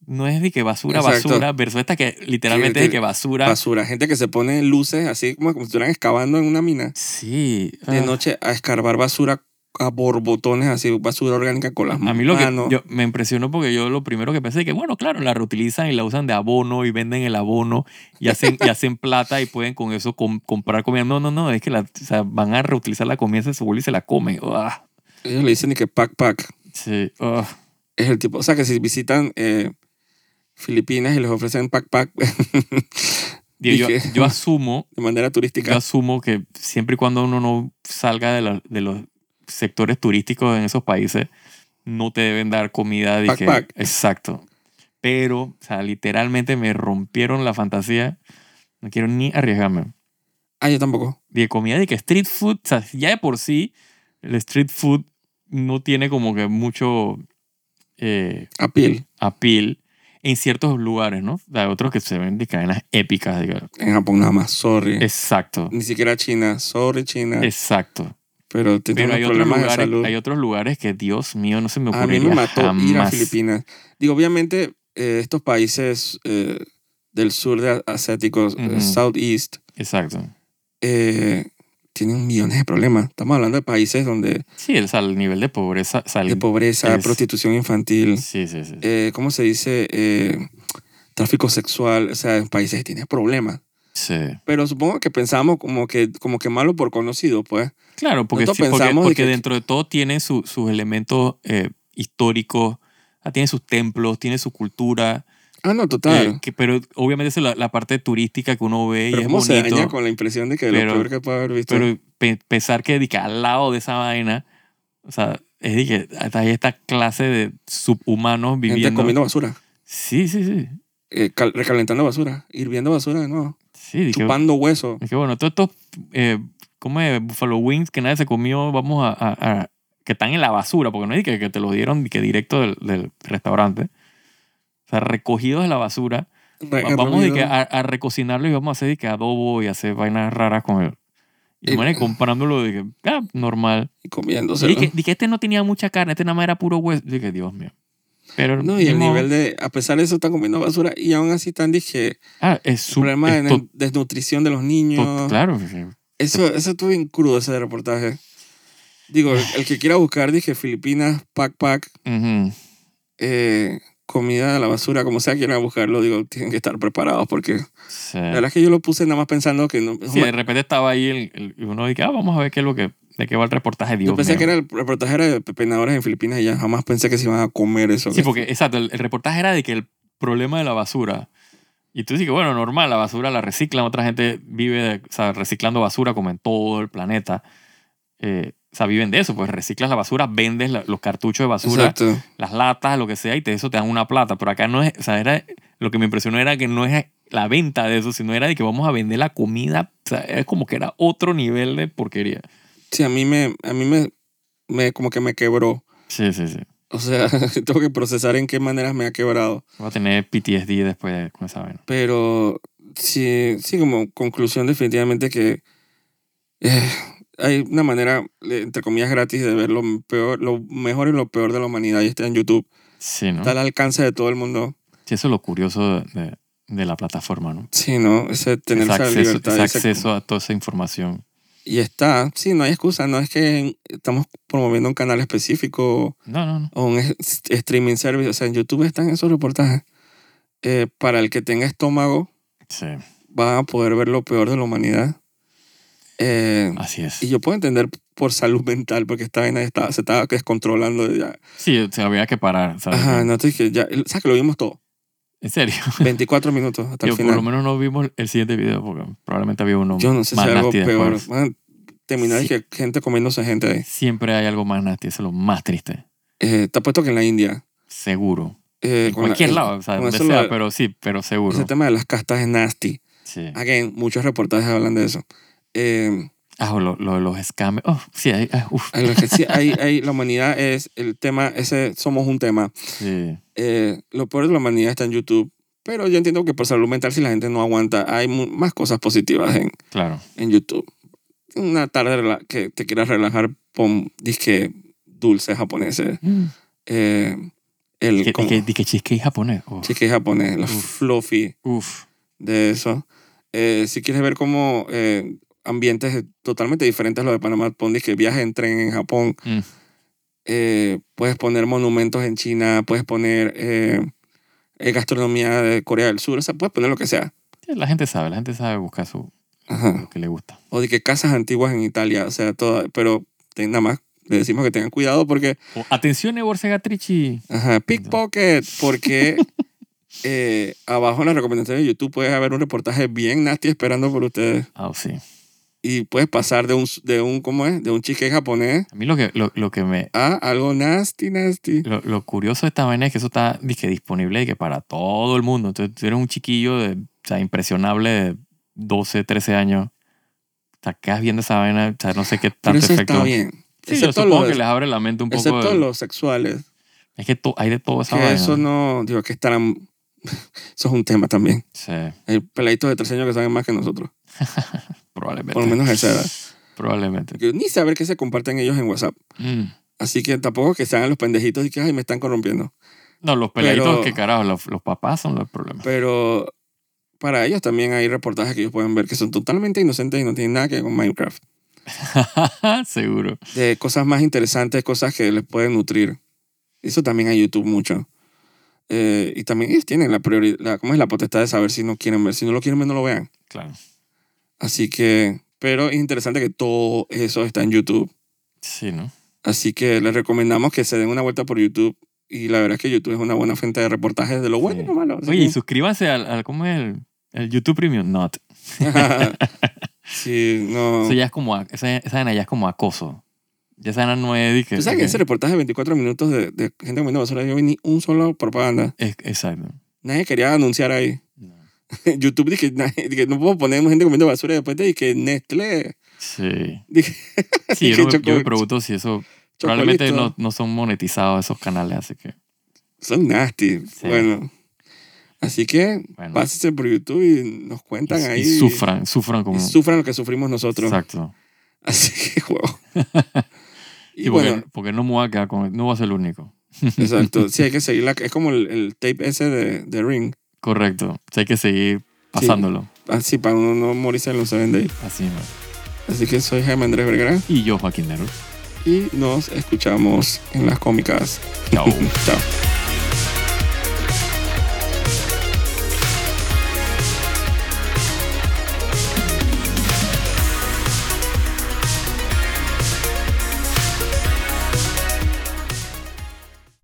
S2: no es de que basura,
S1: Exacto.
S2: basura, versus esta que literalmente es de que basura.
S1: basura. Gente que se pone luces así como, como si estuvieran excavando en una mina.
S2: sí.
S1: De
S2: ah.
S1: noche a escarbar basura a borbotones, así basura orgánica con las manos.
S2: A mí lo que yo- me impresionó porque yo lo primero que pensé es que, bueno, claro, la reutilizan y la usan de abono y venden el abono y hacen, y hacen plata y pueden con eso com- comprar comida. No, no, no, es que la, o sea, van a reutilizar la comida, se vuelve y se la comen. Uah,
S1: Ellos le dicen y que pack pack.
S2: sí, uah.
S1: Es el tipo. O sea, que si visitan eh, Filipinas y les ofrecen pack pack
S2: Digo,
S1: ¿Y
S2: yo,
S1: qué?
S2: yo asumo,
S1: de manera
S2: yo
S1: turística.
S2: asumo que siempre y cuando uno no salga de, la- de los sectores turísticos en esos países, no te deben dar comida. de
S1: Pac,
S2: que-
S1: pac.
S2: Exacto. Pero, o sea, literalmente me rompieron la fantasía. No quiero ni arriesgarme.
S1: Ah, yo tampoco.
S2: de comida de que street food, o sea, ya de por sí, el street food no tiene como que mucho eh,
S1: A piel.
S2: appeal en ciertos lugares, ¿no? Hay otros que se ven de cadenas épicas. diga.
S1: En Japón nada más. Sorry.
S2: Exacto,
S1: Ni siquiera China. Sorry, China.
S2: exacto.
S1: pero tiene
S2: Pero hay otros,
S1: problemas de
S2: lugares,
S1: salud.
S2: hay otros lugares que, Dios mío, no se me
S1: A mí
S2: ocurriría
S1: me mató ir a
S2: jamás.
S1: Filipinas. Digo, obviamente, eh, estos países eh, del sur de asiáticos, eh,
S2: Ujú.
S1: Southeast,
S2: Exacto.
S1: eh, tienen millones de problemas. Estamos hablando de países donde
S2: Sí, o sea, el nivel de pobreza. o sea, el-
S1: de pobreza,
S2: es-
S1: prostitución infantil,
S2: sí, sí, sí.
S1: eh, ¿cómo se dice? Eh, tráfico sexual, o sea, en países que tienen problemas.
S2: sí.
S1: Pero supongo que pensamos como que, como que malo por conocido, pues.
S2: Claro, porque,
S1: Nosotros
S2: sí, porque-
S1: pensamos de
S2: porque
S1: que-
S2: dentro de todo tiene su- sus elementos eh, históricos, ah, tiene sus templos, tiene su cultura,
S1: Ah, no,
S2: eh,
S1: total.
S2: que- pero obviamente esa es la, la parte turística que uno ve
S1: pero
S2: y es
S1: cómo se daña
S2: bonito.
S1: con la impresión de que
S2: pero-
S1: lo peor que puede haber visto.
S2: Pero pe- pensar que, de que al lado de esa vaina, o sea, es de que hasta hay esta clase de subhumanos
S1: gente
S2: viviendo.
S1: comiendo basura.
S2: Sí, sí, sí.
S1: eh, cal- recalentando basura, hirviendo basura de nuevo,
S2: sí de que-
S1: chupando hueso.
S2: Es que bueno, todos estos, eh, ¿cómo es? Buffalo Wings que nadie se comió, vamos a, a- a- que están en la basura, porque no es que, que te los dieron que directo del, del restaurante. O sea, recogidos de la basura.
S1: re-
S2: Va- vamos de que ah,
S1: hervido.
S2: a, a recocinarlo y vamos a hacer de que adobo y hacer vainas raras con él. Y
S1: Y- eh,
S2: bueno, comprándolo de que, ah, normal.
S1: y
S2: Y
S1: comiéndoselo.
S2: de que, de que este no tenía mucha carne, este nada más era puro hueso. Dije, Dios mío. Pero
S1: no, y
S2: ni
S1: el
S2: modo.
S1: nivel de, a pesar de eso, están comiendo basura y aún así están, dije,
S2: Ah, es su-
S1: problemas
S2: es
S1: de
S2: to-
S1: desnutrición de los niños.
S2: to- Claro. sí.
S1: Eso, eso estuvo bien crudo ese reportaje. Digo, el, el que quiera buscar, dije, Filipinas, pack pack,
S2: Ujú.
S1: eh, comida de la basura, como sea quieran buscarlo, digo, tienen que estar preparados porque
S2: Sí.
S1: la verdad es que yo lo puse nada más pensando que no...
S2: Sí, de repente estaba ahí el, el- y uno dije, ah, vamos a ver qué es lo que, de qué va el reportaje. Dios
S1: yo pensé
S2: mío.
S1: que era el reportaje era de penadores en Filipinas y ya jamás pensé que se iban a comer eso.
S2: Sí, porque exacto, el, el reportaje era de que el problema de la basura. Y tú dices, que, bueno, normal, la basura la reciclan, otra gente vive o sea, reciclando basura como en todo el planeta. Eh, o sea, viven de eso, pues reciclas la basura, vendes la- los cartuchos de basura,
S1: Exacto.
S2: las latas, lo que sea, y te, eso te dan una plata. Pero acá no es, o sea, era, lo que me impresionó era que no es la venta de eso, sino era de que vamos a vender la comida. O sea, es como que era otro nivel de porquería.
S1: Sí, a mí me, a mí me, me como que me quebró.
S2: Sí, sí, sí.
S1: O sea, tengo que procesar en qué maneras me ha quebrado.
S2: Va a tener PTSD después de- con esa vaina.
S1: Pero sí, sí, como conclusión definitivamente que eh, hay una manera, eh, entre comillas, gratis de ver lo, peor, lo mejor y lo peor de la humanidad y está en YouTube.
S2: Sí, ¿no?
S1: Está al alcance de todo el mundo.
S2: Sí, eso es lo curioso de, de- de la plataforma, ¿no?
S1: Sí, ¿no? Ese tener
S2: Ese
S1: esa
S2: acceso,
S1: libertad.
S2: ese
S1: ese-
S2: acceso a toda esa información.
S1: Y está, sí, no hay excusa. No es que estamos promoviendo un canal específico
S2: No, no, no.
S1: o un es- streaming service. O sea, en YouTube están esos reportajes. Eh, para el que tenga estómago,
S2: Sí,
S1: va a poder ver lo peor de la humanidad. Eh,
S2: así es.
S1: y yo puedo entender por salud mental, porque esta vaina estaba, se estaba descontrolando. de Ya.
S2: Sí, se había que parar, ¿sabes?
S1: Ajá, no te dije, ya, o sea, que lo vimos todo.
S2: En serio.
S1: 24 minutos hasta
S2: Yo,
S1: el
S2: por lo
S1: final.
S2: menos no vimos el siguiente video porque probablemente había uno
S1: Yo no sé si
S2: más
S1: hay algo
S2: nasty
S1: peor.
S2: después.
S1: Van a terminar
S2: Sí.
S1: dije, gente comiéndose gente ahí.
S2: Siempre hay algo más nasty, eso es lo más triste.
S1: Eh, te apuesto que en la India.
S2: seguro.
S1: eh,
S2: En
S1: con la-
S2: cualquier
S1: el-
S2: lado, o sea,
S1: con
S2: donde
S1: eso
S2: sea,
S1: lo-
S2: pero sí, pero seguro.
S1: Ese tema de las castas es nasty.
S2: Sí.
S1: Again, muchos reportajes hablan de eso. Eh,
S2: Ah, o lo, lo de los scammers. Oh, sí, ahí- ah, uf,
S1: En lo que sí, hay, hay- la humanidad es el tema, ese somos un tema.
S2: sí.
S1: Eh, lo peor de la humanidad está en YouTube, pero yo entiendo que por salud mental, si la gente no aguanta, hay mu- más cosas positivas en,
S2: Claro.
S1: en YouTube. Una tarde rela- que te quieras relajar, pon disque dulces japoneses. Eh, el
S2: Que,
S1: como-
S2: que, que cheesecake japonés. Uf.
S1: chique japonés, los
S2: Uf.
S1: fluffy
S2: Uf.
S1: de eso. Eh, si quieres ver como eh, ambientes totalmente diferentes a los de Panamá, pon disque viaje en tren en Japón.
S2: Mm.
S1: eh, puedes poner monumentos en China, puedes poner eh, eh, gastronomía de Corea del Sur, o sea, puedes poner lo que sea.
S2: Sí, La gente sabe, la gente sabe buscar su,
S1: Ajá.
S2: lo que le gusta.
S1: O de que casas antiguas en Italia, o sea, todo, pero te- nada más le decimos que tengan cuidado porque,
S2: O, atención, Ebor Segatrici.
S1: ajá, pickpocket, porque eh, abajo en las recomendaciones de YouTube puedes haber un reportaje bien nasty esperando por ustedes
S2: Ah, sí.
S1: y puedes pasar de un, de un ¿cómo es? De un cheesecake japonés
S2: A mí lo que, lo, lo que me.
S1: a algo nasty, nasty.
S2: Lo, lo curioso de esta vaina es que eso está dizque, disponible y que para todo el mundo. Entonces, tú eres un chiquillo de, o sea, impresionable de 12, 13 años. O sea, quedas viendo esa vaina. O sea, no sé qué
S1: Pero
S2: tanto
S1: eso
S2: efecto.
S1: está bien.
S2: Sí, yo
S1: Excepto
S2: supongo
S1: lo-
S2: que les abre la mente un poco.
S1: excepto
S2: de-
S1: los sexuales.
S2: Es que to- hay de todo esa
S1: que
S2: vaina.
S1: eso no, digo, que estarán, eso es un tema también.
S2: Sí,
S1: Hay peladitos de tres años que saben más que nosotros,
S2: probablemente.
S1: por lo menos a esa edad.
S2: Probablemente.
S1: Yo ni saber qué se comparten ellos en WhatsApp.
S2: Mm.
S1: Así que tampoco que sean los pendejitos y que, ay, me están corrompiendo.
S2: No, los peladitos,
S1: Pero-
S2: que carajo, los, los papás son los problemas.
S1: Pero para ellos también hay reportajes que ellos pueden ver que son totalmente inocentes y no tienen nada que ver con Minecraft.
S2: Seguro.
S1: De cosas más interesantes, cosas que les pueden nutrir. Eso también hay YouTube mucho. Eh, y también ellos tienen la prioridad, ¿cómo es la potestad de saber si no quieren ver? Si no lo quieren ver, no lo vean.
S2: Claro.
S1: Así que, pero es interesante que todo eso está en YouTube.
S2: Sí, ¿no?
S1: Así que les recomendamos que se den una vuelta por YouTube. Y la verdad es que YouTube es una buena fuente de reportajes de lo bueno y lo malo. Así
S2: Oye, y
S1: que-
S2: suscríbanse al, al- ¿cómo es el, el YouTube Premium? Not.
S1: sí, no.
S2: Eso ya es como, a- esa, esa vaina ya es como acoso. Ya esa vaina no es de que-
S1: ¿Tú sabes que ese reportaje de 24 minutos de, de gente comiendo basura? Yo vi ni un solo propaganda.
S2: Es- exacto.
S1: Nadie quería anunciar ahí.
S2: No.
S1: YouTube dije, nadie- dije, no puedo poner gente comiendo basura y después te dije, Nestlé.
S2: Sí.
S1: Dije-
S2: Sí,
S1: dije,
S2: yo, no me- yo
S1: choco-
S2: me pregunto si eso... Probablemente
S1: chocolito.
S2: no, no son monetizados esos canales, así que...
S1: Son nasty.
S2: Sí.
S1: Bueno. Así que
S2: Bueno.
S1: pásense por YouTube y nos
S2: Y,
S1: cuentan
S2: y
S1: ahí.
S2: sufran, sufran
S1: y
S2: como...
S1: sufran lo que sufrimos nosotros.
S2: Exacto.
S1: Así que, wow. y
S2: Sí, porque,
S1: bueno,
S2: porque no me voy a quedar con... No voy a ser el único.
S1: exacto. Sí, hay que seguir la... Es como el, el tape ese de, de Ring.
S2: Correcto. O sea, hay que seguir pasándolo.
S1: Así, para uno no morirse en los 7 Days.
S2: Así ¿no?
S1: Así que soy Jaime Andrés Vergara
S2: Y yo, Joaquín Nerus.
S1: y nos escuchamos en las cómicas.
S2: Chao.
S1: Chao.